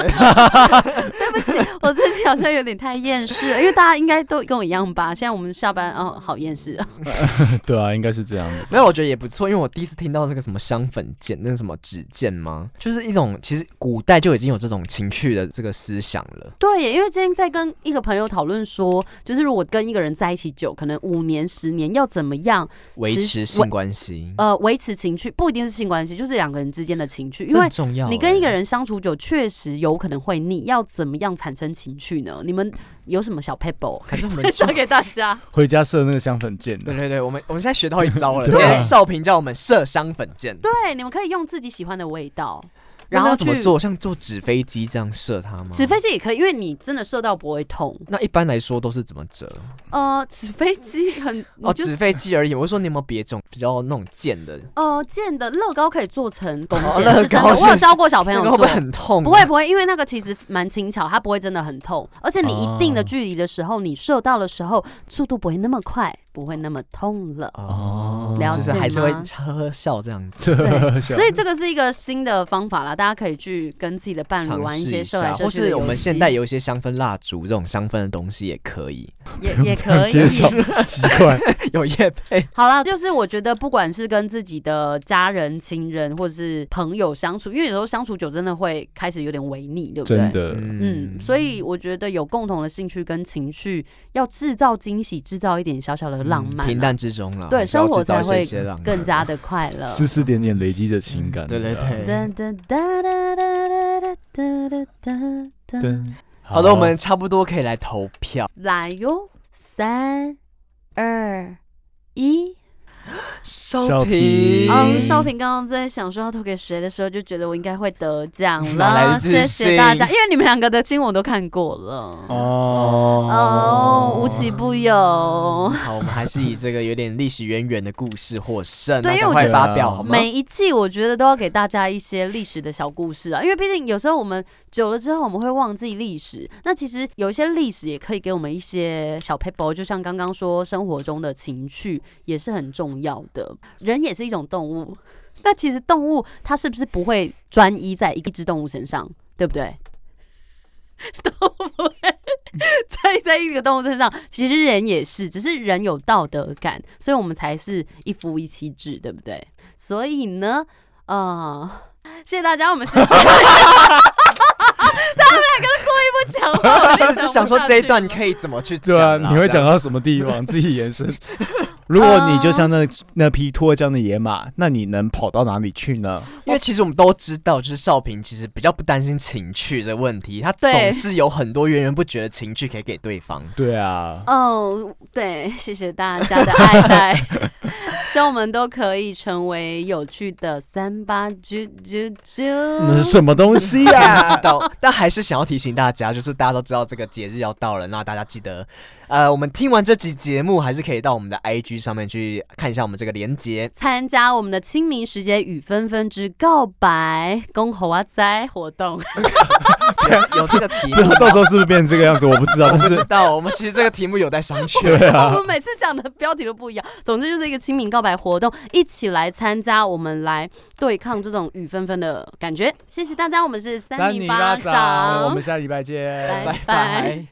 Speaker 3: 对不起， 我自己好像有点太厌世了，因为大家应该都跟我一样吧。现在我们下班哦，好厌世啊，
Speaker 1: 对啊，应该是这样的。
Speaker 2: 没有，我觉得也不错，因为我第一次听到这个什么香粉剑，那是什么纸剑吗？就是一种其实古代就已经有这种情趣的这个思想了。
Speaker 3: 对耶，因为今天在跟一个朋友讨论说，就是如果跟一个人在一起久，可能五年、十年要怎么样，
Speaker 2: 维
Speaker 3: 其
Speaker 2: 持
Speaker 3: 实
Speaker 2: 性
Speaker 3: 我
Speaker 2: 关系，
Speaker 3: 呃，维持情趣，不一定是性关系，就是两个人之间的情趣，因
Speaker 2: 这
Speaker 3: 为
Speaker 2: 很。重要欸。
Speaker 3: 你跟一个人相处久，确实有可能会腻。要怎么样产生情趣呢？你们有什么小 pebble
Speaker 2: 还是我们
Speaker 3: 教给大家？
Speaker 1: 回家射那个香粉箭
Speaker 2: 对
Speaker 1: 的，
Speaker 2: 对对，我们我们现在学到一 招了。
Speaker 1: 对
Speaker 2: 今天少平叫我们射香粉箭，
Speaker 3: 对，你们可以用自己喜欢的味道，
Speaker 2: 那
Speaker 3: 然后
Speaker 2: 要怎么
Speaker 3: 去
Speaker 2: 做？像坐纸飞机这样射它吗？
Speaker 3: 纸飞机也可以，因为你真的射到不会痛。
Speaker 2: 那一般来说都是怎么折？
Speaker 3: 呃，纸飞机很
Speaker 2: 哦，
Speaker 3: 你就
Speaker 2: 纸飞机而已。我是说你有没有别种比较那种箭的？
Speaker 3: 呃箭的乐高可以做成弓
Speaker 2: 哦
Speaker 3: 箭，
Speaker 2: 乐
Speaker 3: 是真
Speaker 2: 高
Speaker 3: 的。
Speaker 2: 是
Speaker 3: 我有教过小朋
Speaker 2: 那
Speaker 3: 友
Speaker 2: 个会
Speaker 3: 做
Speaker 2: 不会。很痛啊？
Speaker 3: 不会不会，因为那个其实蛮轻巧，它不会真的很痛，而且你一定的距离的时候，你射到的时候速度不会那么快，不会那么痛了。
Speaker 1: 哦
Speaker 3: 了
Speaker 2: 就
Speaker 3: 解
Speaker 2: 是还是会
Speaker 3: 吗
Speaker 2: 呵呵笑这样
Speaker 1: 这
Speaker 2: 子。
Speaker 3: 对
Speaker 1: 像
Speaker 3: 所以这个是一个新的方法啦，大家可以去跟自己的伴侣
Speaker 2: 尝
Speaker 3: 玩
Speaker 2: 试
Speaker 3: 些啊
Speaker 2: 一
Speaker 3: 射来
Speaker 2: 下，
Speaker 3: 射
Speaker 2: 或
Speaker 3: 去的
Speaker 2: 是我
Speaker 3: 游
Speaker 2: 们
Speaker 3: 戏
Speaker 2: 现在有一些香氛蜡烛这种香氛的东西也可以，
Speaker 3: 也
Speaker 1: 不用
Speaker 3: 也
Speaker 1: 这样
Speaker 3: 可以
Speaker 1: 介绍奇怪，
Speaker 2: 有叶配。
Speaker 3: 好啦，就是我觉得不管是跟自己的家人、亲人或者是朋友相处，因为有时候相处久真的会开始有点违逆，对不
Speaker 1: 真
Speaker 3: 对？
Speaker 1: 的。
Speaker 3: 嗯，所以我觉得有共同的兴趣跟情绪，要制造惊喜，制造一点小小的浪漫啊、
Speaker 2: 嗯平淡之中了，
Speaker 3: 对
Speaker 2: 不要
Speaker 3: 生活
Speaker 2: 制
Speaker 3: 才
Speaker 2: 造一些
Speaker 3: 会
Speaker 2: 些浪漫
Speaker 3: 更加的快乐。
Speaker 1: 丝丝点点累积着情感。
Speaker 2: 对对
Speaker 1: 啊
Speaker 2: 对。
Speaker 3: 哒哒哒哒哒哒哒哒哒哒
Speaker 1: 对，
Speaker 2: 好的，我们差不多可以来投票。
Speaker 3: 来哟，三二一，
Speaker 2: 烧
Speaker 1: 烧
Speaker 2: 瓶
Speaker 1: 瓶
Speaker 3: 嗯，
Speaker 1: 嗯
Speaker 3: 少平刚刚在想说要投给谁的时候，就觉得我应该会得 奖
Speaker 2: 哪来
Speaker 3: 了。
Speaker 2: 的自
Speaker 3: 谢
Speaker 2: 信
Speaker 3: 谢大家，因为你们两个的新闻我都看过了。
Speaker 1: 哦
Speaker 3: 哦，无奇不有。
Speaker 2: 好，我们还是以这个有点历史渊源的故事获胜。
Speaker 3: 对
Speaker 2: 那
Speaker 3: 因为
Speaker 2: 赶
Speaker 3: 我
Speaker 2: 快
Speaker 1: 觉得
Speaker 2: 发表好吗？
Speaker 3: 每一季我觉得都要给大家一些历史的小故事啊，因为毕竟有时候我们久了之后我们会忘记历史。那其实有一些历史也可以给我们一些小 paper，就像刚刚说生活中的情趣也是很重要的。人也是一种动物，那其实动物它是不是不会专一在一只动物身上，对不对？都不会 在在一个动物身上，其实人也是，只是人有道德感，所以我们才是一夫一妻制，对不对？所以呢，呃，谢谢大家，我们是。 他们两个都故意不讲话，我
Speaker 2: 但
Speaker 3: 就是
Speaker 2: 就想说这一段
Speaker 3: 讲不下去了
Speaker 2: 可以怎么去讲？
Speaker 1: 对啊，你会讲。到什么地方？自己延伸。 如果你就像那那匹脱缰的野马，那你能跑到哪里去呢？
Speaker 2: 因为其实我们都知道，就是少平其实比较不担心情趣的问题，他总
Speaker 3: 对
Speaker 2: 是有很多源源不绝的情趣可以给 对方。
Speaker 1: 对啊，
Speaker 3: 哦，对，谢谢大家的爱戴，希望我们都可以成为有趣的三八啾啾
Speaker 1: 那是
Speaker 3: 啾。
Speaker 1: 什么东西啊 呀、
Speaker 2: 不知道，但还是想要提醒大家，就是大家都知道这个节日要到了，那大家记得，呃，我们听完这集节目，还是可以到我们的 IG 上面去看一下我们这个连 接。
Speaker 3: 参加我们的清明时节与纷纷之告白公猴啊哉活 动，
Speaker 2: 有有这个题
Speaker 1: 不知
Speaker 2: 目
Speaker 1: 道，到时候是不是变成这个样子？我不知道，但
Speaker 2: 不知
Speaker 1: 是
Speaker 2: 道，我们其实这个题目有待商榷。
Speaker 1: 对啊
Speaker 3: 我，们每次讲的标题都不一样。总之就是一个清明告白活动，一起来参加，我们来对抗这种雨纷纷的感觉。谢谢大家，我们是三
Speaker 1: 尼
Speaker 3: 巴
Speaker 1: 掌，
Speaker 3: 掌，
Speaker 1: 我们下礼拜见，
Speaker 3: 拜
Speaker 2: 拜拜。